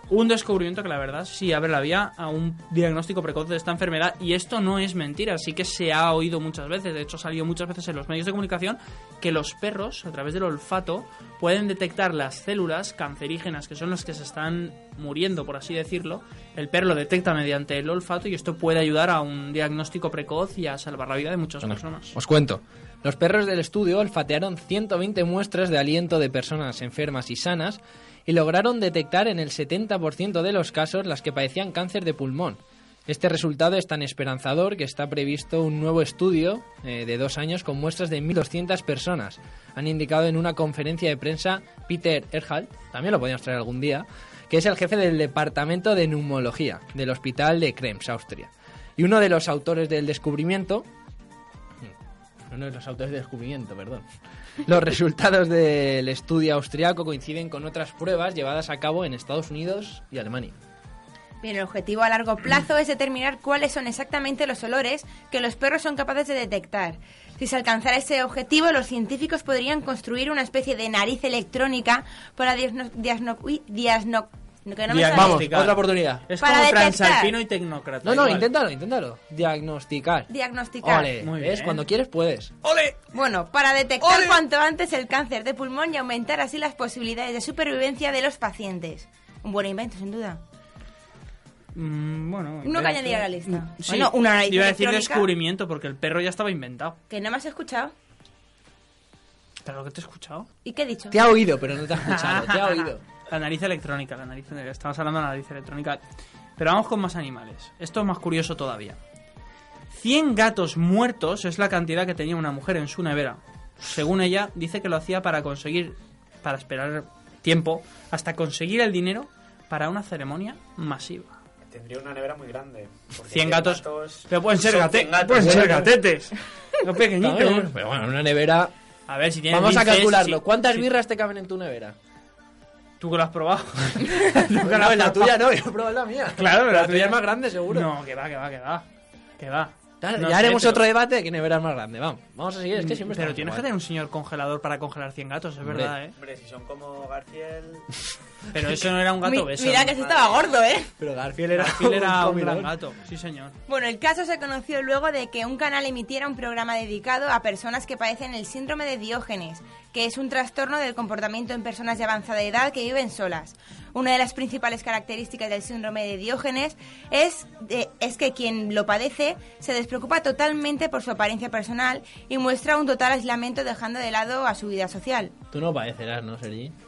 Speaker 3: Un descubrimiento que la verdad sí abre la vía a un diagnóstico precoz de esta enfermedad y esto no es mentira, sí que se ha oído muchas veces, de hecho ha salido muchas veces en los medios de comunicación que los perros a través del olfato pueden detectar las células cancerígenas que son las que se están muriendo, por así decirlo. El perro lo detecta mediante el olfato y esto puede ayudar a un diagnóstico precoz y a salvar la vida de muchas personas.
Speaker 6: Os cuento. Los perros del estudio olfatearon 120 muestras de aliento de personas enfermas y sanas y lograron detectar en el 70% de los casos las que padecían cáncer de pulmón. Este resultado es tan esperanzador que está previsto un nuevo estudio eh, de dos años con muestras de 1.200 personas. Han indicado en una conferencia de prensa Peter Erhalt, también lo podíamos traer algún día, que es el jefe del departamento de neumología del Hospital de Krems, Austria. Y uno de los autores del descubrimiento, uno de los autores de descubrimiento, perdón. Los resultados del estudio austriaco coinciden con otras pruebas llevadas a cabo en Estados Unidos y Alemania.
Speaker 5: Bien, el objetivo a largo plazo es determinar cuáles son exactamente los olores que los perros son capaces de detectar. Si se alcanzara ese objetivo, los científicos podrían construir una especie de nariz electrónica para diagno- diagno- uy, diagno- que no me sale.
Speaker 6: Vamos, otra oportunidad.
Speaker 3: Es
Speaker 5: Para
Speaker 3: como
Speaker 5: detectar.
Speaker 3: Transalpino y Tecnócrata.
Speaker 6: No, no,
Speaker 3: igual.
Speaker 6: inténtalo, inténtalo. Diagnosticar.
Speaker 5: Diagnosticar.
Speaker 6: Ole,
Speaker 3: Muy
Speaker 6: ¿ves?
Speaker 3: bien.
Speaker 6: Cuando quieres puedes.
Speaker 5: Bueno, para detectar cuanto antes el cáncer de pulmón y aumentar así las posibilidades de supervivencia de los pacientes. Un buen invento, sin duda.
Speaker 3: Mm, bueno,
Speaker 5: Uno que
Speaker 3: creo
Speaker 5: añadir a la lista.
Speaker 3: Sí,
Speaker 5: Bueno, una nariz
Speaker 3: iba a decir
Speaker 5: electrónica.
Speaker 3: descubrimiento porque el perro ya estaba inventado.
Speaker 5: Que no me has escuchado.
Speaker 3: Pero que te he escuchado.
Speaker 5: ¿Y qué he dicho?
Speaker 6: Te ha oído, pero no te ha escuchado. te ha oído.
Speaker 3: La nariz electrónica, la nariz, estamos hablando de la nariz electrónica. Pero vamos con más animales. Esto es más curioso todavía. 100 gatos muertos es la cantidad que tenía una mujer en su nevera. Según ella, dice que lo hacía para conseguir, para esperar tiempo, hasta conseguir el dinero para una ceremonia masiva.
Speaker 9: Tendría una nevera muy grande. porque
Speaker 3: 100 gatos. Pero pueden ser,
Speaker 9: son
Speaker 3: gate-
Speaker 9: 100 gatos.
Speaker 3: pueden ser
Speaker 9: Bueno,
Speaker 3: gatetes. No pequeñitos.
Speaker 6: También, Pero bueno, una nevera.
Speaker 3: A ver si tienes
Speaker 6: Vamos a
Speaker 3: linces,
Speaker 6: calcularlo.
Speaker 3: sí,
Speaker 6: ¿Cuántas
Speaker 3: sí.
Speaker 6: birras te caben en tu nevera?
Speaker 3: Tú que lo has probado. Tú que lo
Speaker 6: No,
Speaker 3: has
Speaker 6: en
Speaker 3: probado.
Speaker 6: la tuya no, yo he probado en la mía.
Speaker 3: Claro, pero
Speaker 6: la tuya es más grande, seguro.
Speaker 3: No, que va, que va, que va. Que va.
Speaker 6: Dale,
Speaker 3: No
Speaker 6: ya
Speaker 3: sé,
Speaker 6: haremos
Speaker 3: pero- Mm,
Speaker 6: otro debate de qué nevera es más grande. Vamos, vamos a seguir. Es que siempre
Speaker 3: Pero
Speaker 6: estamos
Speaker 3: tienes que
Speaker 6: igual.
Speaker 3: tener un señor congelador para congelar 100 gatos, es
Speaker 6: Hombre.
Speaker 3: verdad, ¿eh?
Speaker 9: Hombre, si son como Garfield.
Speaker 3: Pero eso no era un gato
Speaker 5: Mi-
Speaker 3: beso.
Speaker 5: mira que sí estaba gordo, ¿eh?
Speaker 6: Pero Garfield era,
Speaker 3: Garfield era un gran
Speaker 6: comilón.
Speaker 3: gato, sí señor.
Speaker 5: Bueno, el caso se conoció luego de que un canal emitiera un programa dedicado a personas que padecen el síndrome de Diógenes, que es un trastorno del comportamiento en personas de avanzada edad que viven solas. Una de las principales características del síndrome de Diógenes es, de- es que quien lo padece se despreocupa totalmente por su apariencia personal y muestra un total aislamiento dejando de lado a su vida social.
Speaker 6: Tú no padecerás, ¿no, Sergi?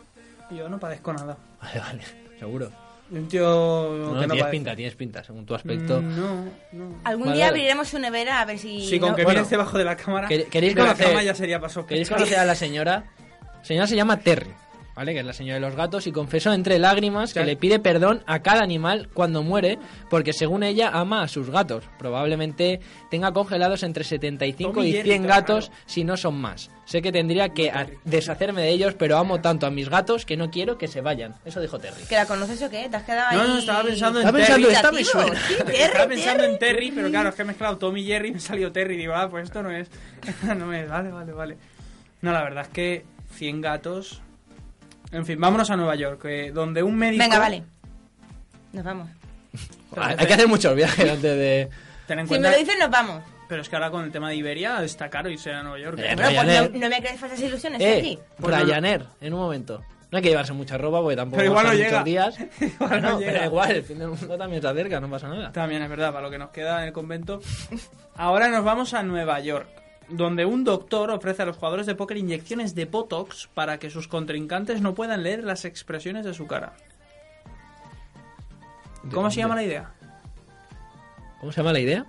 Speaker 3: Yo no padezco nada.
Speaker 6: Vale, vale, seguro.
Speaker 3: Un tío
Speaker 6: No,
Speaker 3: que no
Speaker 6: tienes
Speaker 3: padece.
Speaker 6: pinta, tienes pinta, según tu aspecto.
Speaker 3: Mm, No, no.
Speaker 5: Algún
Speaker 6: Vale,
Speaker 5: día
Speaker 6: vale.
Speaker 5: abriremos su nevera a ver si...
Speaker 3: Sí, con
Speaker 5: no-
Speaker 3: que
Speaker 6: bueno.
Speaker 3: vienes debajo de la cámara.
Speaker 6: ¿Quer- ¿Queréis
Speaker 3: de la
Speaker 6: conocer?
Speaker 3: cama ya sería paso.
Speaker 6: ¿Queréis conocer a la señora? La señora se llama Terry, ¿vale? Que es la señora de los gatos y confesó entre lágrimas que
Speaker 3: Sí.
Speaker 6: le pide perdón a cada animal cuando muere porque según ella ama a sus gatos. Probablemente tenga congelados entre 75
Speaker 3: Tommy
Speaker 6: y
Speaker 3: Jerry,
Speaker 6: 100
Speaker 3: claro.
Speaker 6: gatos si no son más. Sé que tendría que a- deshacerme de ellos, pero amo tanto a mis gatos que no quiero que se vayan. Eso dijo Terry.
Speaker 5: ¿Que la conoces o qué? ¿Te has quedado
Speaker 3: No,
Speaker 5: ahí?
Speaker 3: no, estaba pensando en
Speaker 6: Estaba pensando,
Speaker 3: Terry.
Speaker 6: esta me
Speaker 5: Dubitativo.
Speaker 6: suena.
Speaker 5: Sí, Terry,
Speaker 3: Estaba pensando
Speaker 5: Terry.
Speaker 3: en Terry, pero claro, es que he mezclado Tommy y Jerry y me ha salido Terry. Digo, ah, pues esto no es. no es, vale, vale, vale. No, la verdad es que 100 gatos. En fin, vámonos a Nueva York, eh, donde un médico.
Speaker 5: Venga, vale. Nos vamos.
Speaker 6: Hay hay que hacer muchos viajes antes de... Eh,
Speaker 3: Ten en
Speaker 5: Si
Speaker 3: cuenta.
Speaker 5: me lo dicen, nos vamos.
Speaker 3: Pero es que ahora con el tema de Iberia está caro irse a Nueva York.
Speaker 6: Eh,
Speaker 3: ¿eh?
Speaker 5: Bueno, pues
Speaker 6: Ryanair.
Speaker 5: no, no me crees falsas ilusiones,
Speaker 6: Eh,
Speaker 5: Sergi.
Speaker 3: Bueno, no.
Speaker 6: Ryanair, en un momento. No hay que llevarse mucha ropa porque tampoco
Speaker 3: Pero igual
Speaker 6: son
Speaker 3: no
Speaker 6: muchos
Speaker 3: llega.
Speaker 6: días.
Speaker 3: Igual no
Speaker 6: Bueno,
Speaker 3: llega.
Speaker 6: Pero igual, el fin del mundo también se acerca, no pasa nada.
Speaker 3: También es verdad, para lo que nos queda en el convento. Ahora nos vamos a Nueva York, donde un doctor ofrece a los jugadores de póker inyecciones de Botox para que sus contrincantes no puedan leer las expresiones de su cara. ¿Cómo se llama la idea?
Speaker 6: ¿Cómo se llama la idea?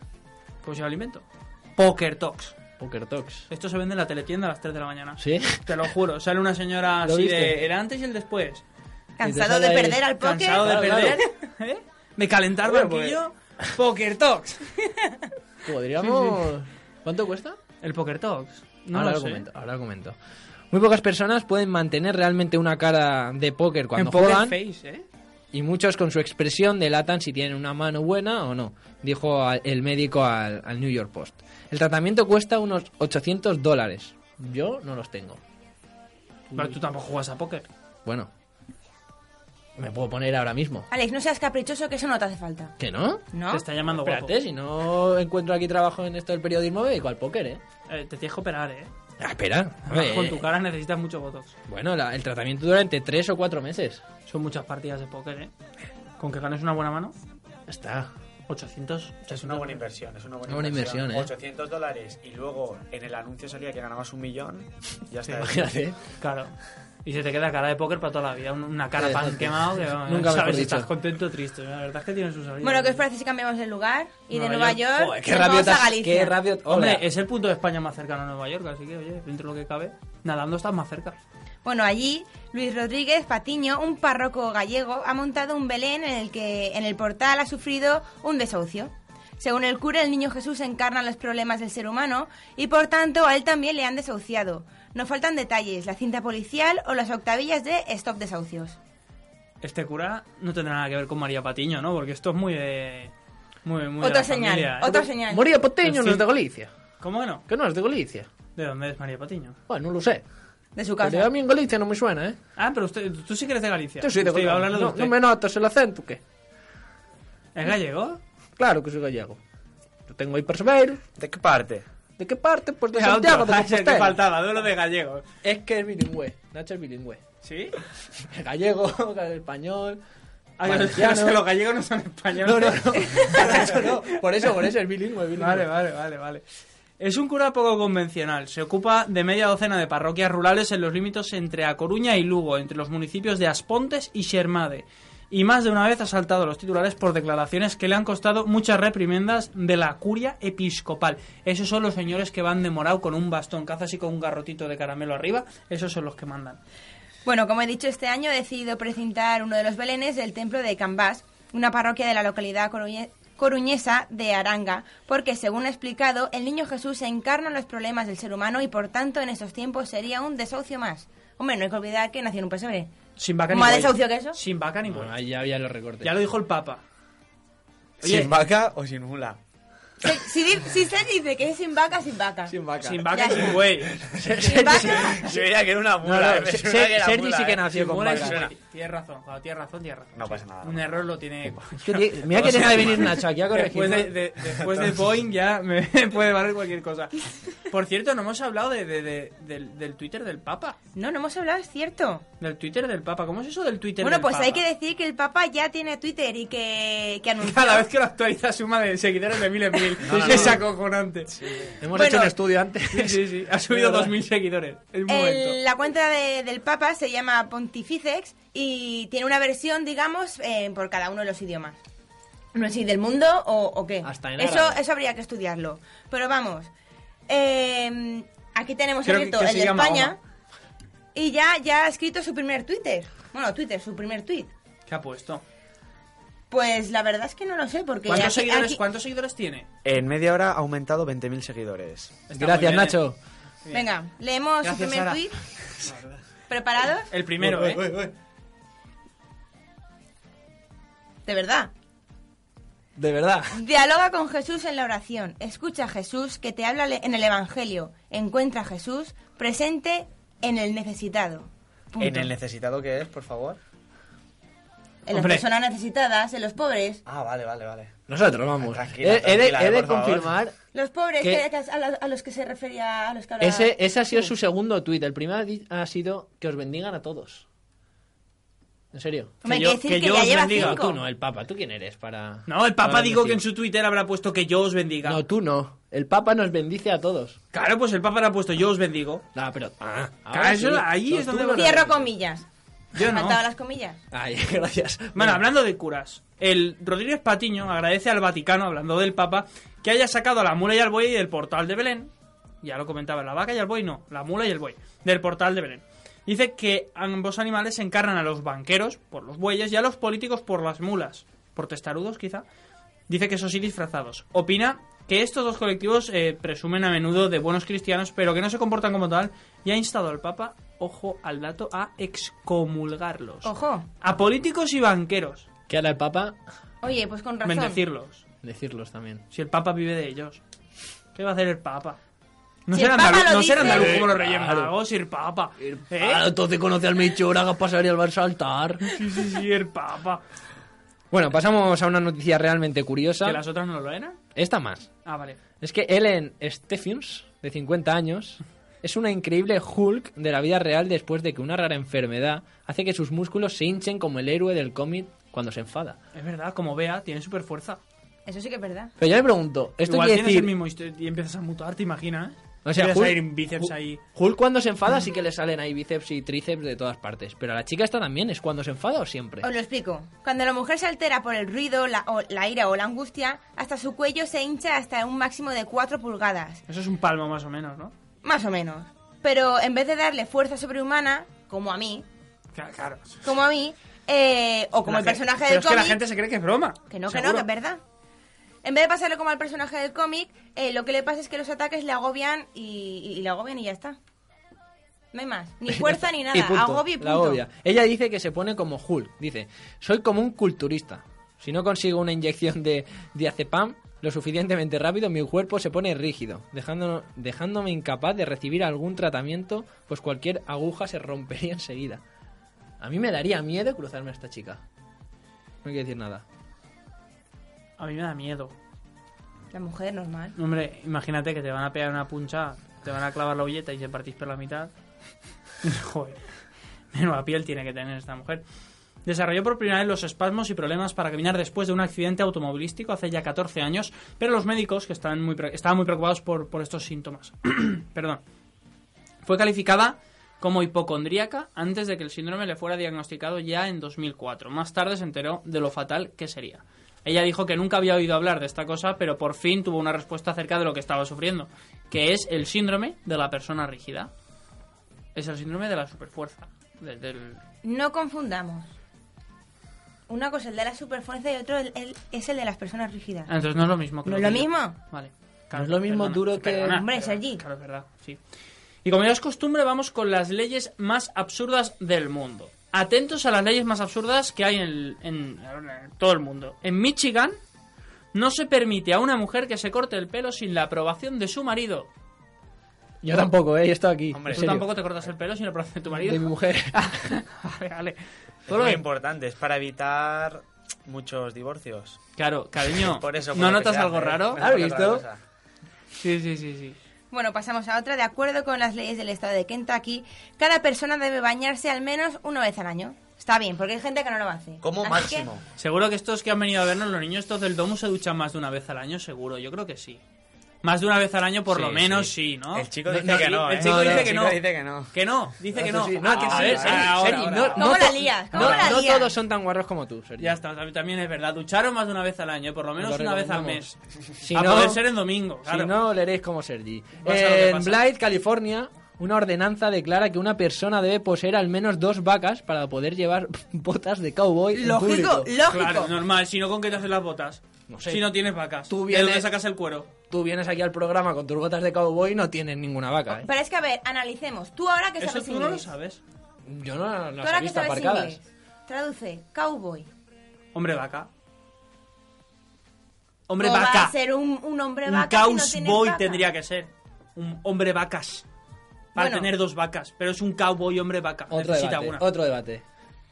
Speaker 3: Pues yo lo invento. Poker Talks.
Speaker 6: Poker Talks.
Speaker 3: Esto se vende en la teletienda a las 3 de la mañana.
Speaker 6: ¿Sí?
Speaker 3: Te lo juro, sale una señora
Speaker 6: ¿Lo
Speaker 3: así
Speaker 6: viste?
Speaker 3: de el antes y el después.
Speaker 5: Cansado de
Speaker 6: sale ahí
Speaker 5: perder al póker.
Speaker 3: Cansado de
Speaker 6: Claro, pues-
Speaker 3: perder. ¿eh? De calentar
Speaker 6: Bueno,
Speaker 3: banquillo. Poker Talks.
Speaker 6: Podríamos... ¿Cuánto cuesta?
Speaker 3: El Poker Talks. No lo
Speaker 6: ahora Ah, lo
Speaker 3: sé.
Speaker 6: comento, ahora lo comento. Muy pocas personas pueden mantener realmente una cara de póker cuando
Speaker 3: en Poker
Speaker 6: juegan
Speaker 3: Face, ¿eh?
Speaker 6: y muchos con su expresión delatan si tienen una mano buena o no, dijo a- el médico al, al New York Post. El tratamiento cuesta unos 800 dólares. Yo no los tengo.
Speaker 3: ¿eh? Pero tú tampoco juegas a póker.
Speaker 6: Bueno, me puedo poner ahora mismo.
Speaker 5: Alex, no seas caprichoso, que eso no te hace falta.
Speaker 6: ¿Que no?
Speaker 5: ¿No?
Speaker 3: Te está llamando
Speaker 6: Espérate, si no encuentro aquí trabajo en esto del periodismo, me dedico al póker, ¿eh?
Speaker 3: guapo. Eh, te tienes que operar, ¿eh?
Speaker 6: Ah, espera.
Speaker 3: Además, Con tu cara necesitas mucho botox.
Speaker 6: Bueno, la- el tratamiento dura entre tres o cuatro meses.
Speaker 3: Son muchas partidas de póker, ¿eh? Con que ganes una buena mano,
Speaker 6: Ya Está.
Speaker 3: 800.
Speaker 9: Es una buena inversión, es una
Speaker 6: Una
Speaker 9: buena,
Speaker 6: buena inversión, ¿eh?
Speaker 9: 800 dólares y luego en el anuncio salía que ganabas un millón. Ya está.
Speaker 6: Imagínate.
Speaker 3: Claro. Y se te queda cara de póker para toda la vida. un- Una cara
Speaker 6: Eh,
Speaker 3: pan
Speaker 6: exacto.
Speaker 3: quemado que vamos,
Speaker 6: Nunca mejor
Speaker 3: sabes si
Speaker 6: dicho.
Speaker 3: estás contento o triste. La verdad es que tienes sus ¿eh?
Speaker 5: Bueno, ¿qué os parece si cambiamos de lugar? Y de
Speaker 3: Nueva
Speaker 5: Nueva
Speaker 3: York.
Speaker 5: York,
Speaker 6: Joder, qué
Speaker 5: nos
Speaker 6: rápido
Speaker 5: vamos
Speaker 6: te
Speaker 5: a
Speaker 6: has-
Speaker 5: Galicia.
Speaker 6: qué rápido- Hola.
Speaker 3: Hombre, es el punto de España más cercano a Nueva York, así que, oye, dentro de lo que cabe, nadando estás más cerca.
Speaker 5: Bueno, allí Luis Rodríguez Patiño, un párroco gallego, ha montado un Belén en el que en el portal ha sufrido un desahucio. Según el cura, el niño Jesús encarna los problemas del ser humano y por tanto a él también le han desahuciado. No faltan detalles, la cinta policial o las octavillas de Stop Desahucios.
Speaker 3: Este cura no tendrá nada que ver con María Patiño, ¿no? Porque esto es muy de. Muy, muy de
Speaker 5: Otra
Speaker 3: la
Speaker 5: señal,
Speaker 3: familia, ¿eh?
Speaker 5: otra señal.
Speaker 6: María Patiño no
Speaker 3: Sí.
Speaker 6: es de Galicia.
Speaker 3: ¿Cómo que no?
Speaker 6: Que no es de Galicia.
Speaker 3: ¿De dónde es María Patiño?
Speaker 6: Bueno, no lo sé.
Speaker 5: De su
Speaker 6: Pero a mí en Galicia no me suena, ¿eh?
Speaker 3: Ah, pero usted, tú sí que eres de Galicia.
Speaker 6: Yo soy de
Speaker 3: Usted iba a hablar
Speaker 6: Galicia.
Speaker 3: de
Speaker 6: No,
Speaker 3: usted.
Speaker 6: no me notas el acento, ¿qué?
Speaker 3: ¿Es gallego?
Speaker 6: Claro que soy gallego. Yo tengo ahí persevero.
Speaker 9: ¿De qué parte?
Speaker 6: ¿De qué parte? Pues de
Speaker 3: Ah, otro.
Speaker 6: Santiago, de
Speaker 3: Ah, es el que
Speaker 6: Compostela.
Speaker 3: faltaba, duelo de gallego.
Speaker 6: Es que es bilingüe. Nacho es bilingüe.
Speaker 3: ¿Sí?
Speaker 6: Es Gallego, español.
Speaker 3: Ah, yo-
Speaker 6: valenciano.
Speaker 3: yo sé, los gallegos no son españoles.
Speaker 6: No, no, no. Eso no. Por eso, por eso es bilingüe, es bilingüe.
Speaker 3: Vale, vale, vale, vale. Es un cura poco convencional. Se ocupa de media docena de parroquias rurales en los límites entre A Coruña y Lugo, entre los municipios de Aspontes y Xermade. Y más de una vez ha saltado a los titulares por declaraciones que le han costado muchas reprimendas de la curia episcopal. Esos son los señores que van de morao con un bastón cazas y con un garrotito de caramelo arriba. Esos son los que mandan.
Speaker 5: Bueno, como he dicho, este año he decidido precintar uno de los belenes del templo de Cambás, una parroquia de la localidad coruñe- coruñesa de Aranga, porque según ha explicado, el niño Jesús se encarna en los problemas del ser humano y por tanto en estos tiempos sería un desahucio más. Hombre, no hay que olvidar que nació en un pesebre.
Speaker 3: Sin vaca ni
Speaker 5: ¿Más
Speaker 3: buey.
Speaker 5: desahucio que eso?
Speaker 3: Sin vaca ni buey.
Speaker 6: ya había los recortes.
Speaker 3: Ya lo dijo el Papa.
Speaker 9: ¿Sin vaca o sin mula?
Speaker 5: Si, si di- si se dice que es sin vaca, sin vaca. Sin
Speaker 9: vaca.
Speaker 3: Sin vaca,
Speaker 5: Ya.
Speaker 3: sin buey.
Speaker 5: Sin vaca.
Speaker 9: Yo diría que era una
Speaker 3: No,
Speaker 9: mula.
Speaker 3: no,
Speaker 9: eh, me
Speaker 3: Se-
Speaker 9: suena
Speaker 3: Se-
Speaker 9: que era
Speaker 3: Sergi
Speaker 9: mula,
Speaker 3: sí
Speaker 9: eh.
Speaker 3: que
Speaker 6: Ah,
Speaker 3: nació
Speaker 9: Sin
Speaker 3: con
Speaker 9: mula y
Speaker 3: vaca.
Speaker 9: sin mula.
Speaker 3: Tienes razón, Juan, tienes razón, tienes razón.
Speaker 9: No pasa nada.
Speaker 3: Un error lo tiene.
Speaker 6: que di- mira que tiene que venir Nacho aquí a corregir.
Speaker 3: Después de, de- después de Boeing ya me puede valer cualquier cosa. Por cierto, no hemos hablado de, de- de- del, del Twitter del Papa.
Speaker 5: No, no hemos hablado, es cierto.
Speaker 3: Del Twitter del Papa. ¿Cómo es eso del Twitter
Speaker 5: bueno,
Speaker 3: del
Speaker 5: pues
Speaker 3: Papa?
Speaker 5: hay que decir que el Papa ya tiene Twitter y que, que anunció...
Speaker 3: Cada vez que lo actualiza suma de seguidores de mil en mil. es acojonante. Sí,
Speaker 6: Hemos
Speaker 5: Bueno.
Speaker 6: hecho un estudio antes.
Speaker 3: sí, sí. Ha subido
Speaker 6: Mierda.
Speaker 3: dos mil seguidores. Es un momento.
Speaker 5: El- la cuenta de- del Papa se llama Pontificex y tiene una versión, digamos, eh, por cada uno de los idiomas. No sé si del mundo o, o qué.
Speaker 6: Hasta en
Speaker 5: eso,
Speaker 6: árabe.
Speaker 5: eso habría que estudiarlo. Pero vamos, eh, aquí tenemos
Speaker 3: Creo que-
Speaker 5: abierto
Speaker 3: que
Speaker 5: el
Speaker 3: se
Speaker 5: de
Speaker 3: llama
Speaker 5: España y ya, ya ha escrito su primer Twitter. Bueno, Twitter, su primer tweet.
Speaker 3: ¿Qué ha puesto?
Speaker 5: Pues la verdad es que no lo sé porque...
Speaker 3: ¿Cuántos,
Speaker 5: aquí-
Speaker 3: seguidores,
Speaker 5: aquí-
Speaker 3: ¿Cuántos seguidores tiene?
Speaker 9: En media hora ha aumentado 20.000 seguidores.
Speaker 3: Está muy bien,
Speaker 6: Gracias,
Speaker 3: ¿eh?
Speaker 6: Nacho.
Speaker 5: Venga, leemos
Speaker 3: Gracias,
Speaker 5: su primer
Speaker 3: Sara.
Speaker 5: tweet. ¿Preparados?
Speaker 3: El primero,
Speaker 9: Uy,
Speaker 3: ¿eh?
Speaker 9: uy, uy.
Speaker 5: De verdad.
Speaker 6: De verdad.
Speaker 5: Dialoga con Jesús en la oración. Escucha a Jesús que te habla le- en el Evangelio. Encuentra a Jesús presente en el necesitado. Punto.
Speaker 9: En el necesitado que es, por favor.
Speaker 5: En las
Speaker 3: Hombre.
Speaker 5: personas necesitadas, en los pobres.
Speaker 9: Ah, vale, vale, vale.
Speaker 6: Nosotros, vamos.
Speaker 9: Ah, Tranquila,
Speaker 6: He- he de,
Speaker 9: tranquila,
Speaker 6: he de
Speaker 9: por favor.
Speaker 6: confirmar.
Speaker 5: Los pobres
Speaker 6: ¿Qué?
Speaker 5: que- que a, los, a los que se refería a los que hablaba.
Speaker 6: Ese, ese ha sido su segundo tuit. El primero ha di- ha sido que os bendigan a todos. ¿En serio?
Speaker 5: Hombre, hay
Speaker 3: que yo- que
Speaker 5: que decir que,
Speaker 3: yo
Speaker 5: ya
Speaker 3: os
Speaker 5: lleva
Speaker 3: bendiga.
Speaker 5: cinco.
Speaker 6: Tú no, el Papa. ¿Tú quién eres para...?
Speaker 3: No, el Papa
Speaker 6: para
Speaker 3: digo que en
Speaker 6: decir?
Speaker 3: su Twitter habrá puesto que yo os bendiga.
Speaker 6: No, tú no. El Papa nos bendice a todos.
Speaker 3: Claro, pues el Papa le ha puesto yo os bendigo.
Speaker 6: No, pero... Ah,
Speaker 3: Claro,
Speaker 6: ahora
Speaker 3: eso-
Speaker 6: sí.
Speaker 3: ahí
Speaker 6: No,
Speaker 3: es
Speaker 6: tú
Speaker 3: donde
Speaker 6: no
Speaker 3: va-
Speaker 6: nos
Speaker 5: Cierro
Speaker 6: bendices.
Speaker 5: comillas.
Speaker 3: Yo no.
Speaker 5: Faltaban las comillas.
Speaker 6: Ay, gracias.
Speaker 3: Bueno, hablando de curas, el Rodríguez Patiño agradece al Vaticano, hablando del Papa, que haya sacado a la mula y al buey del portal de Belén. Ya lo comentaba, la vaca y el buey no, la mula y el buey, del portal de Belén. Dice que ambos animales encarnan a los banqueros por los bueyes y a los políticos por las mulas, por testarudos quizá. Dice que eso sí disfrazados. Opina que estos dos colectivos eh, presumen a menudo de buenos cristianos, pero que no se comportan como tal, y ha instado al Papa, ojo al dato, a excomulgarlos.
Speaker 5: Ojo.
Speaker 3: A políticos y banqueros.
Speaker 6: Que ahora el Papa...
Speaker 5: Oye, pues con razón.
Speaker 3: Bendecirlos.
Speaker 6: Decirlos también.
Speaker 3: Si el Papa vive de ellos. ¿Qué va a hacer el Papa? No
Speaker 5: Si
Speaker 3: será
Speaker 5: el Papa
Speaker 3: andaluz,
Speaker 5: lo
Speaker 3: no será
Speaker 5: dice-
Speaker 3: andaluz como los Reyes
Speaker 6: Claro.
Speaker 3: Magos, el Papa. ¿Eh?
Speaker 6: Ah, entonces conoce al Melchor, haga pasar y al Barça altar.
Speaker 3: Sí, sí, sí, el Papa.
Speaker 6: Bueno, pasamos a una noticia realmente curiosa.
Speaker 3: ¿Que las otras no lo eran?
Speaker 6: Esta más.
Speaker 3: Ah, vale.
Speaker 6: Es que Ellen Stephens, de 50 años, es una increíble Hulk de la vida real después de que una rara enfermedad hace que sus músculos se hinchen como el héroe del cómic cuando se enfada.
Speaker 3: Es verdad, como vea, tiene super fuerza.
Speaker 5: Eso sí que es verdad.
Speaker 6: Pero yo me pregunto, ¿esto
Speaker 3: Igual
Speaker 6: quiere
Speaker 3: tienes
Speaker 6: decir...
Speaker 3: el mismo histo- y empiezas a mutar, ¿te imaginas?
Speaker 6: O sea,
Speaker 3: Empiezas a
Speaker 6: Hulk-
Speaker 3: ir en bíceps
Speaker 6: Hulk-
Speaker 3: ahí.
Speaker 6: Hulk cuando se enfada sí que le salen ahí bíceps y tríceps de todas partes. Pero a la chica esta también, ¿es cuando se enfada o siempre?
Speaker 5: Os lo explico. Cuando la mujer se altera por el ruido, la, o la ira o la angustia, hasta su cuello se hincha hasta un máximo de 4 pulgadas.
Speaker 3: Eso es un palmo más o menos, ¿no?
Speaker 5: Más o menos. Pero en vez de darle fuerza sobrehumana, como a mí,
Speaker 3: Claro. claro.
Speaker 5: como a mí, eh, o como
Speaker 3: La
Speaker 5: el
Speaker 3: gente-
Speaker 5: personaje
Speaker 3: pero
Speaker 5: del
Speaker 3: es que la
Speaker 5: cómic,
Speaker 3: gente se cree que es broma.
Speaker 5: que no, que
Speaker 3: seguro.
Speaker 5: no, que es verdad. En vez de pasarle como al personaje del cómic, eh, lo que le pasa es que los ataques le agobian y, y- y le agobian y ya está. No hay más. Ni fuerza ni nada.
Speaker 6: Y punto,
Speaker 5: Agobio y punto.
Speaker 6: la agobia. Ella dice que se pone como Hulk. Dice, soy como un culturista. Si no consigo una inyección de diazepam lo suficientemente rápido, mi cuerpo se pone rígido, dejando- dejándome incapaz de recibir algún tratamiento, pues cualquier aguja se rompería enseguida. A mí me daría miedo cruzarme a esta chica. No hay que decir nada.
Speaker 3: A mí me da miedo.
Speaker 5: La mujer normal.
Speaker 3: Hombre, imagínate que te van a pegar una puncha, te van a clavar la olleta y se partís por la mitad. Joder. Menuda piel tiene que tener esta mujer. Desarrolló por primera vez los espasmos y problemas para caminar después de un accidente automovilístico hace ya 14 años, pero los médicos que estaban muy, pre- estaban muy preocupados por, por estos síntomas. Perdón. Fue calificada como hipocondríaca antes de que el síndrome le fuera diagnosticado ya en 2004. Más tarde se enteró de lo fatal que sería. Ella dijo que nunca había oído hablar de esta cosa, pero por fin tuvo una respuesta acerca de lo que estaba sufriendo, que es el síndrome de la persona rígida. Es el síndrome de la superfuerza. Desde el-
Speaker 5: No confundamos. Una cosa es el de la superfuerza y otro el- el- es el de las personas rígidas.
Speaker 3: Ah, Entonces no es lo mismo.
Speaker 5: ¿No
Speaker 3: creo
Speaker 5: es lo
Speaker 3: que yo.
Speaker 5: mismo?
Speaker 3: Vale.
Speaker 5: No es lo mismo duro que- Hombre, Sergi.
Speaker 3: Claro, es verdad, sí. Y como ya es costumbre, vamos con las leyes más absurdas del mundo. Atentos a las leyes más absurdas que hay en, el- en- en todo el mundo. En Michigan no se permite a una mujer que se corte el pelo sin la aprobación de su marido.
Speaker 6: Yo tampoco, ¿eh? Yo estoy aquí.
Speaker 3: Hombre,
Speaker 6: en
Speaker 3: tú
Speaker 6: serio.
Speaker 3: tampoco te cortas el pelo sin la aprobación de tu marido.
Speaker 6: De mi mujer.
Speaker 3: vale, vale.
Speaker 9: Es
Speaker 3: Todo lo
Speaker 9: muy
Speaker 3: que-
Speaker 9: importante, es para evitar muchos divorcios.
Speaker 3: Claro, cariño.
Speaker 9: Por eso, por
Speaker 3: ¿No
Speaker 9: lo que ¿eh?
Speaker 3: notas
Speaker 9: se
Speaker 3: algo
Speaker 9: hace,
Speaker 3: raro?
Speaker 9: no notas otra cosa.
Speaker 3: Sí, sí, sí, sí.
Speaker 5: Bueno, pasamos a otra. De acuerdo con las leyes del estado de Kentucky, cada persona debe bañarse al menos una vez al año. Está bien, porque hay gente que no lo hace.
Speaker 9: Como
Speaker 5: Así
Speaker 9: máximo.
Speaker 3: Seguro que estos que han venido a vernos, los niños estos del domus se duchan más de una vez al año, seguro. Yo creo que sí. Más de una vez al año, por
Speaker 9: Sí,
Speaker 3: lo menos,
Speaker 9: sí.
Speaker 3: sí, ¿no?
Speaker 9: El chico dice que no,
Speaker 3: El
Speaker 9: ¿eh?
Speaker 3: chico
Speaker 9: No, no,
Speaker 3: dice
Speaker 9: el
Speaker 3: que
Speaker 9: chico
Speaker 3: no.
Speaker 9: dice que no.
Speaker 3: Que no, dice que
Speaker 9: Eso
Speaker 3: no.
Speaker 9: sí, no, que
Speaker 3: a
Speaker 9: sí,
Speaker 3: ver,
Speaker 9: Sergi,
Speaker 3: ahora,
Speaker 9: Sergi,
Speaker 3: ahora,
Speaker 9: no,
Speaker 3: ahora.
Speaker 5: ¿Cómo la lías? ¿Cómo
Speaker 6: No,
Speaker 5: la
Speaker 6: no
Speaker 5: lías?
Speaker 6: todos son tan guarros como tú, Sergio.
Speaker 3: Ya está, tam- también es verdad. Ducharon más de una vez al año, por lo menos
Speaker 6: Lo
Speaker 3: una vez al mes.
Speaker 6: recomendamos. Si
Speaker 3: a
Speaker 6: no-
Speaker 3: poder ser en domingo, claro.
Speaker 6: Si no, leeréis como Sergi.
Speaker 3: Pasa lo que
Speaker 6: en
Speaker 3: pasa.
Speaker 6: Blythe, California, una ordenanza declara que una persona debe poseer al menos dos vacas para poder llevar botas de cowboy. en público.
Speaker 3: Claro, normal. Si no, ¿con qué te haces las botas?
Speaker 6: No sé.
Speaker 3: Si no tienes vacas.
Speaker 6: Tú
Speaker 3: ¿De dónde
Speaker 6: vienes-
Speaker 3: sacas el cuero?
Speaker 6: Tú vienes aquí al programa con tus botas de cowboy y no tienes ninguna vaca, ¿eh?
Speaker 5: Pero es que, a ver, analicemos. Tú ahora que
Speaker 3: Eso
Speaker 5: sabes
Speaker 3: tú no lo
Speaker 5: inglés.
Speaker 3: sabes.
Speaker 6: Yo no
Speaker 5: Tú
Speaker 6: las
Speaker 5: ahora
Speaker 6: he
Speaker 5: que
Speaker 6: visto
Speaker 5: sabes
Speaker 6: aparcadas.
Speaker 5: inglés. Traduce, cowboy.
Speaker 3: Hombre vaca. Hombre
Speaker 5: ¿Cómo Va
Speaker 3: vaca.
Speaker 5: a ser un, un hombre
Speaker 3: un
Speaker 5: vaca. si no tienes
Speaker 3: cowboy
Speaker 5: vaca?
Speaker 3: tendría que ser. Un hombre vacas. Para
Speaker 5: Bueno.
Speaker 3: tener dos vacas. Pero es un cowboy hombre vaca.
Speaker 6: Otro
Speaker 3: Necesita
Speaker 6: debate,
Speaker 3: una.
Speaker 6: otro debate.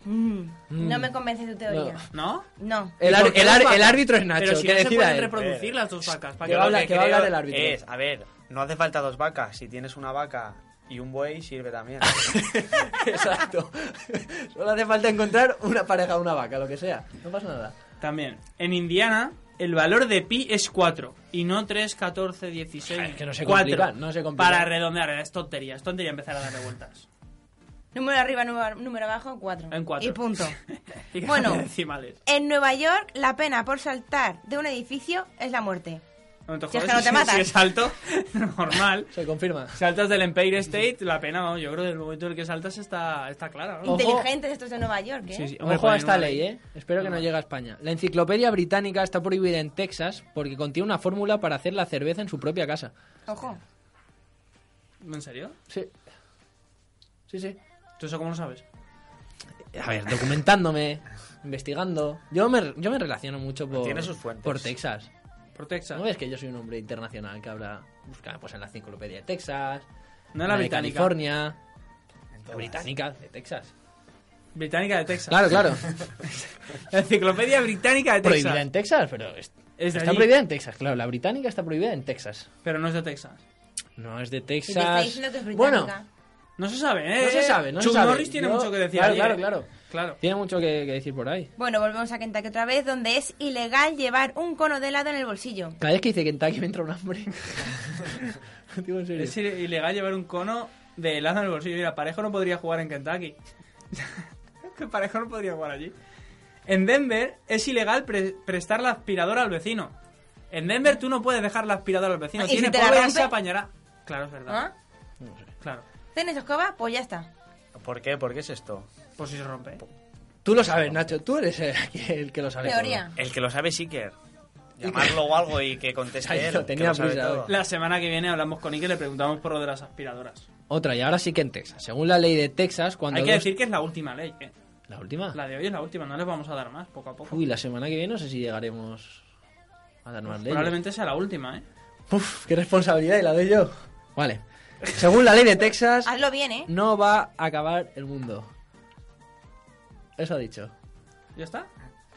Speaker 5: Mm,
Speaker 6: Mm.
Speaker 5: No me convence tu teoría.
Speaker 3: ¿no?
Speaker 5: No.
Speaker 6: El,
Speaker 3: ¿Y por
Speaker 6: ar-
Speaker 3: qué
Speaker 6: el
Speaker 3: dos
Speaker 6: ar- el
Speaker 3: vacas?
Speaker 6: árbitro es Nacho,
Speaker 3: Pero si
Speaker 6: que
Speaker 3: no se
Speaker 6: decida
Speaker 3: pueden
Speaker 6: él.
Speaker 3: reproducir las dos vacas. ¿Para
Speaker 9: Yo
Speaker 3: qué
Speaker 9: lo
Speaker 6: habla-
Speaker 9: que
Speaker 6: que va a hablar
Speaker 9: creo
Speaker 6: el árbitro.
Speaker 9: Es, a ver, no hace falta dos vacas. Si tienes una vaca y un buey, sirve también.
Speaker 6: Exacto. Solo hace falta encontrar una pareja, una vaca, lo que sea. No pasa nada.
Speaker 3: También. En Indiana, el valor de pi es 4. Y no 3, 14, 16.
Speaker 6: Es que no se
Speaker 3: cuatro.
Speaker 6: complican, no se complican.
Speaker 3: Para redondear, es tontería. Es tontería empezar a darle vueltas.
Speaker 5: Número arriba, número, número abajo, cuatro.
Speaker 3: En cuatro.
Speaker 5: Y punto.
Speaker 3: Y
Speaker 5: Bueno.
Speaker 3: cambia decimales.
Speaker 5: En Nueva York, la pena por saltar de un edificio es la muerte.
Speaker 3: No te
Speaker 5: Si es
Speaker 3: jodas,
Speaker 5: que no te matas.
Speaker 3: Si es alto, normal.
Speaker 6: Se confirma.
Speaker 3: Saltas del Empire State, la pena, vamos, yo creo que el momento en el que saltas está, está clara. ¿no?
Speaker 5: Inteligentes estos de Nueva York, ¿eh?
Speaker 3: Sí, sí. Hombre,
Speaker 6: Ojo a
Speaker 3: ponen
Speaker 6: esta
Speaker 3: una
Speaker 6: ley, ¿eh? Espero que no llegue a España. La enciclopedia británica está prohibida en Texas porque contiene una fórmula para hacer la cerveza en su propia casa.
Speaker 5: Ojo.
Speaker 3: ¿En serio?
Speaker 6: Sí. Sí, sí.
Speaker 3: ¿Tú eso cómo lo sabes?
Speaker 6: A ver, documentándome, investigando. Yo me, yo me relaciono mucho por,
Speaker 9: Tiene sus fuentes.
Speaker 6: por Texas.
Speaker 3: Por Texas.
Speaker 6: ¿No ves que yo soy un hombre internacional que habla, busca pues, en la enciclopedia de Texas,
Speaker 3: No
Speaker 6: en
Speaker 3: la
Speaker 6: de
Speaker 3: británica.
Speaker 6: California, la británica de Texas?
Speaker 3: Británica de Texas.
Speaker 6: Claro, claro.
Speaker 3: La enciclopedia británica de Texas.
Speaker 6: prohibida en Texas, pero es-
Speaker 3: Es de
Speaker 6: está
Speaker 3: allí.
Speaker 6: prohibida en Texas, claro. La británica está prohibida en Texas.
Speaker 3: Pero no es de Texas.
Speaker 6: No es de
Speaker 5: Y te está
Speaker 6: Texas.
Speaker 5: diciendo que es
Speaker 6: bueno,
Speaker 5: británica.
Speaker 3: No se sabe, ¿eh?
Speaker 6: No se sabe, no se
Speaker 3: Chuck
Speaker 6: sabe.
Speaker 3: Norris tiene
Speaker 6: Yo-
Speaker 3: mucho que decir.
Speaker 6: claro,
Speaker 3: ahí,
Speaker 6: claro,
Speaker 3: ¿eh?
Speaker 6: claro.
Speaker 3: Claro.
Speaker 6: tiene mucho que, que decir por ahí.
Speaker 5: Bueno, volvemos a Kentucky otra vez, donde es ilegal llevar un cono de helado en el bolsillo.
Speaker 6: Cada vez que dice Kentucky me entra un hambre. Digo, en serio.
Speaker 3: Es i- ilegal llevar un cono de helado en el bolsillo. Mira, Parejo no podría jugar en Kentucky. que Parejo no podría jugar allí. En Denver es ilegal pre- prestar la aspiradora al vecino. En Denver tú no puedes dejar la aspiradora al vecino.
Speaker 5: Ah, ¿Y si
Speaker 3: Tiene
Speaker 5: te la
Speaker 3: polvo y
Speaker 5: rompe?
Speaker 3: se apañará. Claro, es verdad.
Speaker 5: ¿Ah?
Speaker 3: Claro.
Speaker 5: ¿Tienes escoba? Pues ya está.
Speaker 9: ¿Por qué? ¿Por qué es esto?
Speaker 3: Por Pues si se rompe.
Speaker 6: Tú lo sabes, Nacho. Tú eres el, el que lo sabe. todo.
Speaker 5: Teoría.
Speaker 9: El que lo sabe, Seeker. Llamarlo o algo y que conteste
Speaker 6: Ay,
Speaker 9: él.
Speaker 6: lo
Speaker 9: que
Speaker 6: tenía
Speaker 9: sabe
Speaker 6: prisa
Speaker 9: todo.
Speaker 6: hoy.
Speaker 3: La semana que viene hablamos con Ike y le preguntamos por lo de las aspiradoras.
Speaker 6: Otra, y ahora sí que en Texas. Según la ley de Texas, cuando...
Speaker 3: Hay que
Speaker 6: dos-
Speaker 3: decir que es la última ley. ¿eh?
Speaker 6: ¿La última?
Speaker 3: La de hoy es la última, no les vamos a dar más, poco a poco.
Speaker 6: Uy, la semana que viene no sé si llegaremos a dar más leyes.
Speaker 3: Probablemente sea la última, ¿eh?
Speaker 6: Uf, qué responsabilidad y la doy yo. Vale. Según la ley de Texas,
Speaker 5: Hazlo bien, ¿eh?
Speaker 3: Mm.
Speaker 6: no va a acabar el mundo. Eso ha dicho.
Speaker 3: ¿Ya está?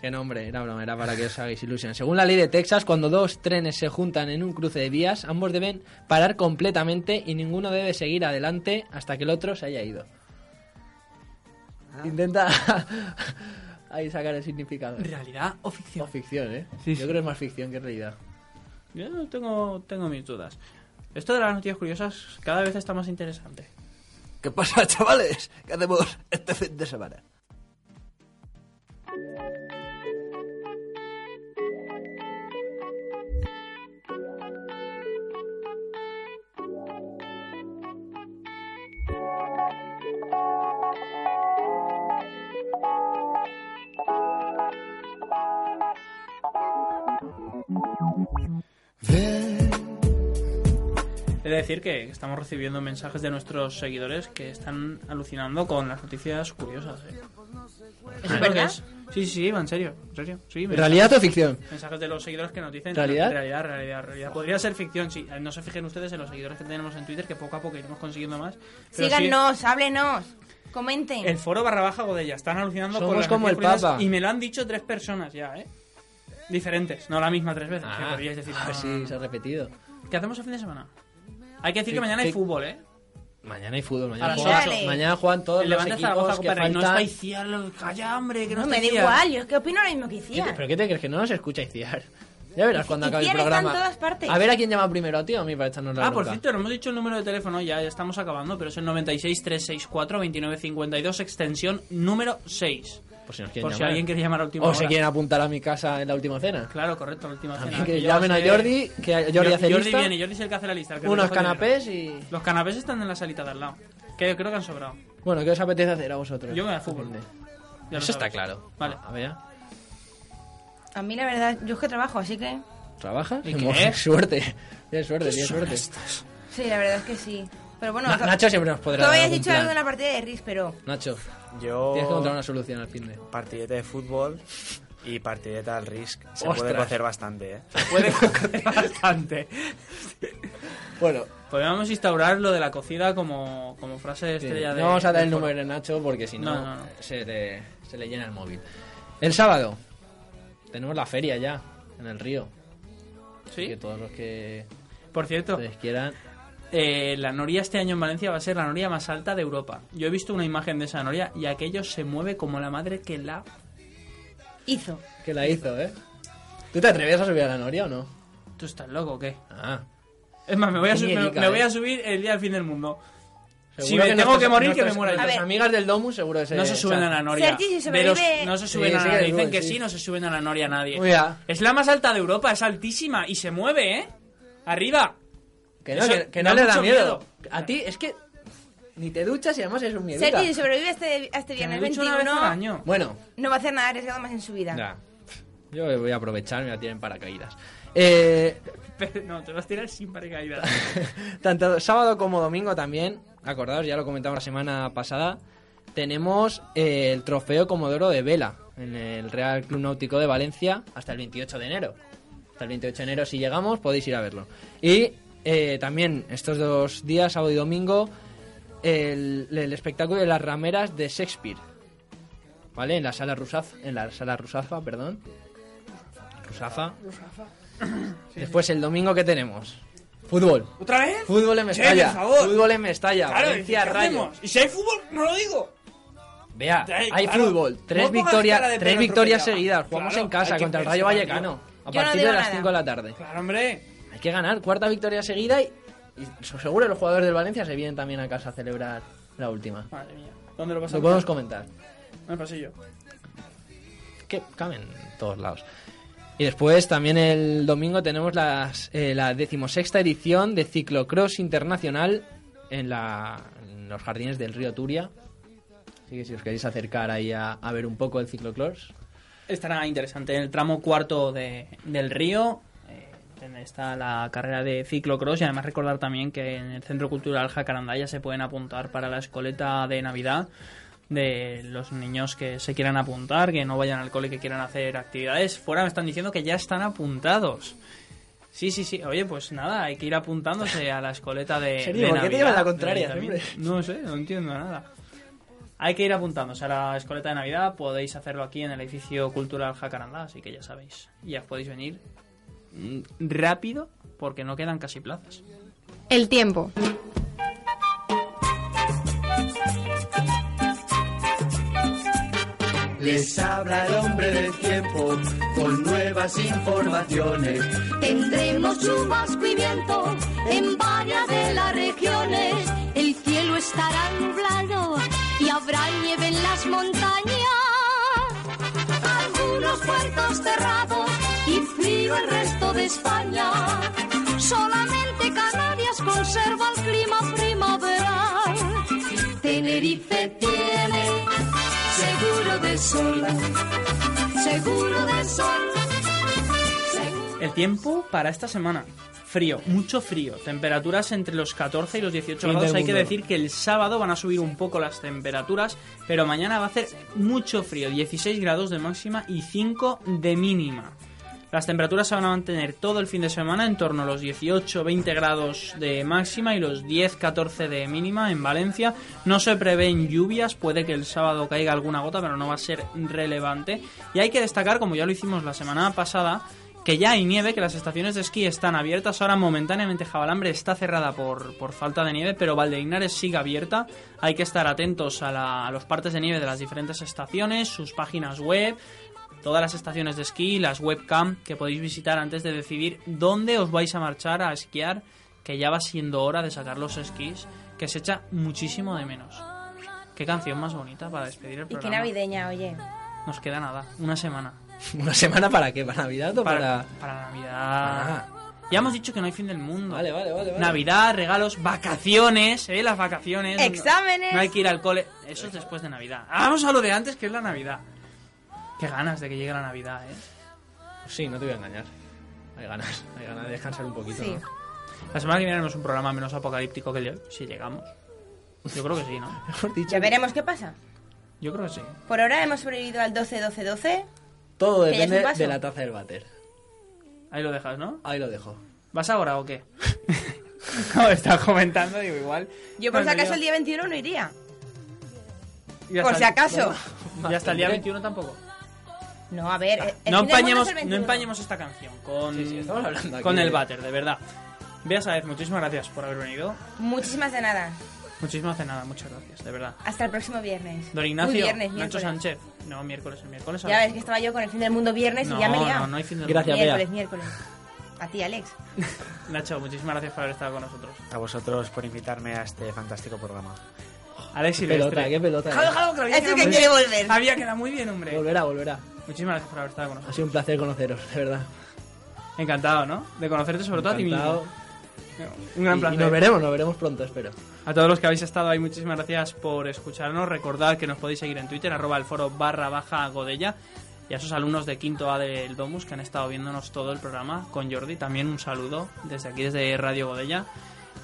Speaker 6: Qué nombre, era broma, era para que os hagáis ilusión. Según la ley de Texas, cuando dos trenes se juntan en un cruce de vías, ambos deben parar completamente y ninguno debe seguir adelante hasta que el otro se haya ido.
Speaker 14: Ah.
Speaker 6: Intenta ahí sacar el significado.
Speaker 3: ¿Realidad o ficción?
Speaker 6: O ficción, ¿eh? Yo creo que es más ficción que realidad.
Speaker 3: Yo no tengo, tengo mis dudas. Esto de las noticias curiosas cada vez está más interesante.
Speaker 14: ¿Qué pasa, chavales? ¿Qué hacemos este fin de semana?
Speaker 3: He de decir que estamos recibiendo mensajes de nuestros seguidores que están alucinando con las noticias curiosas. ¿eh? ¿Es
Speaker 5: verdad?
Speaker 3: Sí, sí, sí, va, en serio. En serio. Sí, mensajes-
Speaker 6: ¿Realidad o ficción?
Speaker 3: Mensajes de los seguidores que nos dicen
Speaker 6: ¿Realidad?
Speaker 3: realidad, realidad, realidad. Podría ser ficción, sí. Eh, No se fijen ustedes en los seguidores que tenemos en Twitter, que poco a poco iremos consiguiendo más. Pero sí,
Speaker 5: Síganos, háblenos, comenten.
Speaker 3: el foro barra baja Godella. Están alucinando
Speaker 6: Somos
Speaker 3: con las
Speaker 6: como el
Speaker 3: noticias
Speaker 6: Papa.
Speaker 3: curiosas Y me lo han dicho tres personas ya, ¿eh? Diferentes, no la misma tres veces. que podríais decir,
Speaker 6: ah,
Speaker 3: no, no,
Speaker 6: sí, se ha repetido.
Speaker 3: no. ¿Qué hacemos el fin de semana? Hay que decir
Speaker 6: Sí,
Speaker 3: que mañana hay
Speaker 6: sí.
Speaker 3: fútbol, ¿eh?
Speaker 6: Mañana hay fútbol,
Speaker 3: A
Speaker 6: mañana,
Speaker 3: las
Speaker 6: juegan-
Speaker 3: ocho.
Speaker 6: mañana juegan todos
Speaker 3: El
Speaker 6: los
Speaker 3: Levante
Speaker 6: equipos
Speaker 3: Zaragoza,
Speaker 6: que
Speaker 3: Copa del Rey. No
Speaker 6: faltan-
Speaker 3: estáis cielo, calla, hombre, que no,
Speaker 5: No, me da
Speaker 3: estáis cielo.
Speaker 5: igual, yo es que opino lo mismo que
Speaker 6: ¿Qué te-
Speaker 5: Iciar.
Speaker 6: ¿Pero qué te crees? Que no nos escucha Iciar. Ya verás cuando
Speaker 5: Y-
Speaker 6: acabe el
Speaker 5: Iciar está en
Speaker 6: programa.
Speaker 5: todas partes.
Speaker 6: A ver a quién llama primero, tío, a mí para echarnos la
Speaker 3: Ah, por
Speaker 6: bronca.
Speaker 3: cierto, no hemos dicho el número de teléfono, ya, ya estamos acabando, pero es el 96-364-2952, extensión número 6.
Speaker 6: Por si nos quieren
Speaker 3: Por si
Speaker 6: llamar.
Speaker 3: alguien quiere llamar a última
Speaker 6: O
Speaker 3: hora.
Speaker 6: se quieren apuntar a mi casa en la última cena.
Speaker 3: Claro, correcto, la última
Speaker 6: También
Speaker 3: cena.
Speaker 6: que
Speaker 3: Aquello
Speaker 6: llamen
Speaker 3: va
Speaker 6: a
Speaker 3: ser-
Speaker 6: Jordi, que Jordi hace lista.
Speaker 3: viene, Jordi es el que hace la lista. el que
Speaker 6: Unos
Speaker 3: recoge dinero.
Speaker 6: canapés y...
Speaker 3: Los canapés están en la salita de al lado, que creo que han sobrado.
Speaker 6: Bueno, ¿qué os apetece hacer a vosotros?
Speaker 3: Yo me voy al fútbol. Ya lo
Speaker 6: Eso está
Speaker 3: sabes.
Speaker 6: claro. Ah.
Speaker 3: Vale.
Speaker 6: A ver,
Speaker 5: A mí la verdad, yo es que trabajo, así que...
Speaker 6: ¿trabajas?
Speaker 3: ¿Y qué?
Speaker 6: Bueno, Suerte. Tienes suerte, tienes suerte.
Speaker 5: Sí, la verdad es que sí. Pero bueno,
Speaker 6: Na-
Speaker 5: to-
Speaker 6: Nacho siempre nos podrá
Speaker 5: tú
Speaker 6: dar
Speaker 5: habías
Speaker 6: algún
Speaker 5: dicho
Speaker 6: plan.
Speaker 5: algo de la partida de Riz, pero...
Speaker 6: Nacho,
Speaker 9: Yo.
Speaker 6: tienes que encontrar una solución al fin de...
Speaker 9: Partideta de fútbol y partideta al Risk. Se
Speaker 6: Ostras.
Speaker 9: puede cocer bastante, ¿eh?
Speaker 3: pues Puede cocer bastante.
Speaker 6: Bueno,
Speaker 3: Podríamos instaurar lo de la cocida como, como frase estrella de...
Speaker 6: no vamos a dar
Speaker 3: del
Speaker 6: el
Speaker 3: foro.
Speaker 6: número de Nacho porque si no,
Speaker 3: No, no, no.
Speaker 6: Se, le, se le llena el móvil. El sábado tenemos la feria ya en el río. Así
Speaker 3: ¿Sí?
Speaker 6: Que todos los que
Speaker 3: Por cierto,
Speaker 6: ustedes quieran.
Speaker 3: eh, la noria este año en Valencia va a ser la noria más alta de Europa. Yo he visto una imagen de esa noria y aquello se mueve como la madre que la...
Speaker 5: Hizo.
Speaker 6: Que la hizo, ¿eh? ¿Tú te atreves a subir a la noria o no?
Speaker 3: ¿Tú estás loco o qué?
Speaker 6: Ah.
Speaker 3: Es más, me voy a,
Speaker 6: Qué
Speaker 3: su- me-
Speaker 6: miedica,
Speaker 3: me voy
Speaker 6: eh.
Speaker 3: a subir el día del fin del mundo.
Speaker 6: Seguro
Speaker 3: Si me tengo
Speaker 6: nuestras-
Speaker 3: que morir, que me
Speaker 6: nuestras-
Speaker 3: muera yo.
Speaker 5: A
Speaker 6: Nuestras
Speaker 5: ver.
Speaker 6: amigas del Domus seguro que se
Speaker 3: No se suben a
Speaker 6: echan.
Speaker 3: la noria.
Speaker 5: Sergi, si
Speaker 3: De
Speaker 5: sobrevive-
Speaker 3: los- no se
Speaker 6: Sí,
Speaker 3: suben a
Speaker 6: sí,
Speaker 3: la noria.
Speaker 6: que
Speaker 3: Dicen que
Speaker 6: sí.
Speaker 3: sí, no se suben a la noria nadie.
Speaker 6: Mira.
Speaker 3: Es la más alta de Europa, es altísima y se mueve, ¿eh? Arriba.
Speaker 6: Que no,
Speaker 3: Eso
Speaker 6: que, que
Speaker 3: da
Speaker 6: no le da
Speaker 3: mucho
Speaker 6: miedo.
Speaker 3: miedo.
Speaker 6: A ti es que ni te duchas y además es un miedo.
Speaker 5: Sergi, si sobrevive a este, a este
Speaker 3: Que me
Speaker 5: viernes
Speaker 3: ducho una vez al
Speaker 5: 21,
Speaker 3: año.
Speaker 6: Bueno,
Speaker 5: no va a hacer nada arriesgado más en su vida.
Speaker 6: ya. Yo voy a aprovechar, me la tienen paracaídas. Eh,
Speaker 3: Pero no, te vas a tirar sin paracaídas.
Speaker 6: Tanto sábado como domingo también, acordaos, ya lo comentamos la semana pasada, tenemos eh, el trofeo Comodoro de Vela en el Real Club Náutico de Valencia hasta el 28 de enero. Hasta el 28 de enero, si llegamos, podéis ir a verlo. Y eh, también estos dos días, sábado y domingo, el, el espectáculo de las rameras de Shakespeare. ¿Vale? En la sala Rusaz, en la sala Rusafa, perdón. Rusafa. Después el domingo que tenemos. Fútbol.
Speaker 3: ¿Otra vez?
Speaker 6: Fútbol en
Speaker 3: Che,
Speaker 6: Mestalla.
Speaker 3: por favor.
Speaker 6: Fútbol en Mestalla.
Speaker 3: Claro, ¿y
Speaker 6: Valencia
Speaker 3: qué
Speaker 6: Rayo.
Speaker 3: hacemos? Y si hay fútbol, no lo digo.
Speaker 6: Vea,
Speaker 3: Ay,
Speaker 6: hay
Speaker 3: claro.
Speaker 6: fútbol. Tres
Speaker 3: No pongas
Speaker 6: victorias,
Speaker 3: cara de
Speaker 6: tres
Speaker 3: perro
Speaker 6: victorias
Speaker 3: atropellado.
Speaker 6: seguidas. Jugamos
Speaker 3: Claro,
Speaker 6: en casa
Speaker 3: hay que
Speaker 6: contra el Rayo
Speaker 3: pensar,
Speaker 6: Vallecano.
Speaker 3: tío.
Speaker 6: A
Speaker 5: Yo no
Speaker 6: partir
Speaker 5: digo
Speaker 6: de las
Speaker 5: nada.
Speaker 6: 5 de la tarde.
Speaker 3: Claro, hombre.
Speaker 6: Hay que ganar. Cuarta victoria seguida y, y seguro los jugadores del Valencia se vienen también a casa a celebrar la última.
Speaker 3: Madre mía. ¿Dónde lo vas a
Speaker 6: Lo podemos
Speaker 3: meter?
Speaker 6: comentar.
Speaker 3: En el pasillo.
Speaker 6: que caben en todos lados. Y después también el domingo tenemos las, eh, la decimosexta edición de Ciclocross Internacional en, la, en los jardines del río Turia. Así que si os queréis acercar ahí a, a ver un poco el ciclocross.
Speaker 3: Estará interesante. En el tramo cuarto de, del río, eh, Está la carrera de ciclocross y además recordar también que en el Centro Cultural Jacarandaya se pueden apuntar para la escoleta de Navidad de los niños que se quieran apuntar, que no vayan al cole, que quieran hacer actividades. Fuera me están diciendo que ya están apuntados. Sí, sí, sí. Oye, pues nada, hay que ir apuntándose a la escoleta de. de
Speaker 6: Serio, ¿por qué te
Speaker 3: Navidad
Speaker 6: llevan la
Speaker 3: del
Speaker 6: contraria
Speaker 3: ayuntamiento. No sé, no entiendo nada. Hay que ir apuntándose a la escoleta de Navidad. Podéis hacerlo aquí en el edificio cultural Jacarandá, así que ya sabéis. Ya podéis venir mm, rápido porque no quedan casi plazas.
Speaker 5: El tiempo.
Speaker 15: Les habla el hombre del tiempo con nuevas informaciones.
Speaker 4: Tendremos chubasco y viento en varias de las regiones. El cielo estará nublado y habrá nieve en las montañas. Algunos puertos cerrados y frío el resto de España. Solamente Canarias conserva el clima primaveral. Tenerife tiene seguro de sol, seguro de sol.
Speaker 3: El tiempo para esta semana. Frío, mucho frío. Temperaturas entre los 14 y los 18
Speaker 6: Fin del
Speaker 3: grados. Hay que
Speaker 6: mundo.
Speaker 3: decir que el sábado van a subir un poco las temperaturas, pero mañana va a hacer mucho frío. 16 grados de máxima y 5 de mínima. Las temperaturas se van a mantener todo el fin de semana en torno a los 18-20 grados de máxima y los 10-14 de mínima en Valencia. No se prevén lluvias, puede que el sábado caiga alguna gota, pero no va a ser relevante. Y hay que destacar, como ya lo hicimos la semana pasada, que ya hay nieve, que las estaciones de esquí están abiertas. Ahora momentáneamente Jabalambre está cerrada por, por falta de nieve, pero Valdeignares sigue abierta. Hay que estar atentos a, la- a los partes de nieve de las diferentes estaciones, sus páginas web, todas las estaciones de esquí, las webcam que podéis visitar antes de decidir dónde os vais a marchar a esquiar, que ya va siendo hora de sacar los esquís, que se echa muchísimo de menos. Qué canción más bonita para despedir el
Speaker 5: Y qué
Speaker 3: programa.
Speaker 5: navideña, oye.
Speaker 3: Nos queda nada, una semana.
Speaker 6: ¿Una semana para qué? ¿Para Navidad o
Speaker 3: Para,
Speaker 6: para.?
Speaker 3: para Navidad. Ya hemos dicho que no hay fin del mundo. Vale,
Speaker 6: vale, vale.
Speaker 3: Navidad, regalos, vacaciones, ¿eh? Las vacaciones.
Speaker 5: Exámenes.
Speaker 3: No, hay que ir al cole. Eso es después de Navidad. Ah, Vamos a lo de antes, que es la Navidad. Qué ganas de que llegue la Navidad, ¿eh?
Speaker 6: Sí, no te voy a engañar. Hay ganas, hay ganas de descansar un poquito.
Speaker 3: Sí.
Speaker 6: ¿no?
Speaker 3: La semana que viene haremos un programa menos apocalíptico que el de hoy, si llegamos. Yo creo que sí, ¿no?
Speaker 5: Ya veremos qué pasa.
Speaker 3: Yo creo que sí.
Speaker 5: Por ahora hemos sobrevivido al 12-12-12.
Speaker 6: Todo
Speaker 5: Que ya es un
Speaker 6: depende
Speaker 5: paso.
Speaker 6: de la taza del váter.
Speaker 3: Ahí lo dejas, ¿no?
Speaker 6: Ahí lo dejo.
Speaker 3: ¿Vas ahora o qué? no, estás comentando, digo, igual.
Speaker 5: Yo por si
Speaker 3: Bueno,
Speaker 5: acaso
Speaker 3: yo-
Speaker 5: el día 21 no iría.
Speaker 3: Ya
Speaker 5: por
Speaker 3: está-
Speaker 5: si acaso.
Speaker 3: Ya hasta el día 21 tampoco.
Speaker 5: No, a ver. el- el
Speaker 3: Ah, No
Speaker 5: fin del mundo
Speaker 3: empañemos,
Speaker 5: es el
Speaker 3: no
Speaker 5: 21.
Speaker 3: empañemos esta canción con,
Speaker 6: estamos hablando aquí
Speaker 3: con
Speaker 6: de-
Speaker 3: el váter, de verdad. Bea Saez, muchísimas gracias por haber venido.
Speaker 5: Muchísimas de nada.
Speaker 3: Muchísimas de nada, muchas gracias, de verdad.
Speaker 5: Hasta el próximo viernes.
Speaker 3: Don
Speaker 5: Uy,
Speaker 3: Ignacio,
Speaker 5: viernes,
Speaker 3: Nacho
Speaker 5: miércoles.
Speaker 3: Sánchez. No, miércoles, el miércoles.
Speaker 5: Ya ves que estaba yo con el fin del mundo viernes
Speaker 3: No,
Speaker 5: y ya me he
Speaker 3: no,
Speaker 5: liado.
Speaker 3: no hay fin del
Speaker 6: Gracias,
Speaker 3: mundo.
Speaker 6: Bea.
Speaker 5: Miércoles, miércoles. A ti, Alex.
Speaker 3: Nacho, muchísimas gracias por haber estado con nosotros.
Speaker 9: A vosotros por invitarme a este fantástico programa.
Speaker 3: Alex y este.
Speaker 6: pelota, qué pelota.
Speaker 3: Jalo, jalo, que lo había
Speaker 5: Eso
Speaker 3: quedado
Speaker 5: que
Speaker 3: muy
Speaker 5: quiere
Speaker 3: bien.
Speaker 5: volver.
Speaker 3: Había quedado muy bien, hombre.
Speaker 6: Volverá, volverá.
Speaker 3: Muchísimas gracias por haber estado con
Speaker 6: Ha
Speaker 3: nosotros.
Speaker 6: sido un placer conoceros, de verdad.
Speaker 3: Encantado, ¿no? De conocerte sobre todo a
Speaker 6: Encantado.
Speaker 3: ti mismo. Un gran
Speaker 6: Y-
Speaker 3: placer.
Speaker 6: Y nos veremos, nos veremos pronto, espero.
Speaker 3: A todos los que habéis estado ahí, muchísimas gracias por escucharnos. Recordad que nos podéis seguir en Twitter, arroba el foro barra baja godella. Y a esos alumnos de quinto A del Domus que han estado viéndonos todo el programa con Jordi, también un saludo desde aquí, desde Radio Godella.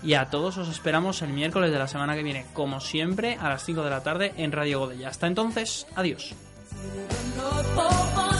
Speaker 3: Y a todos os esperamos el miércoles de la semana que viene, como siempre, a las 5 de la tarde en Radio Godella. Hasta entonces, adiós.
Speaker 4: Oh, oh, oh, oh, Oh,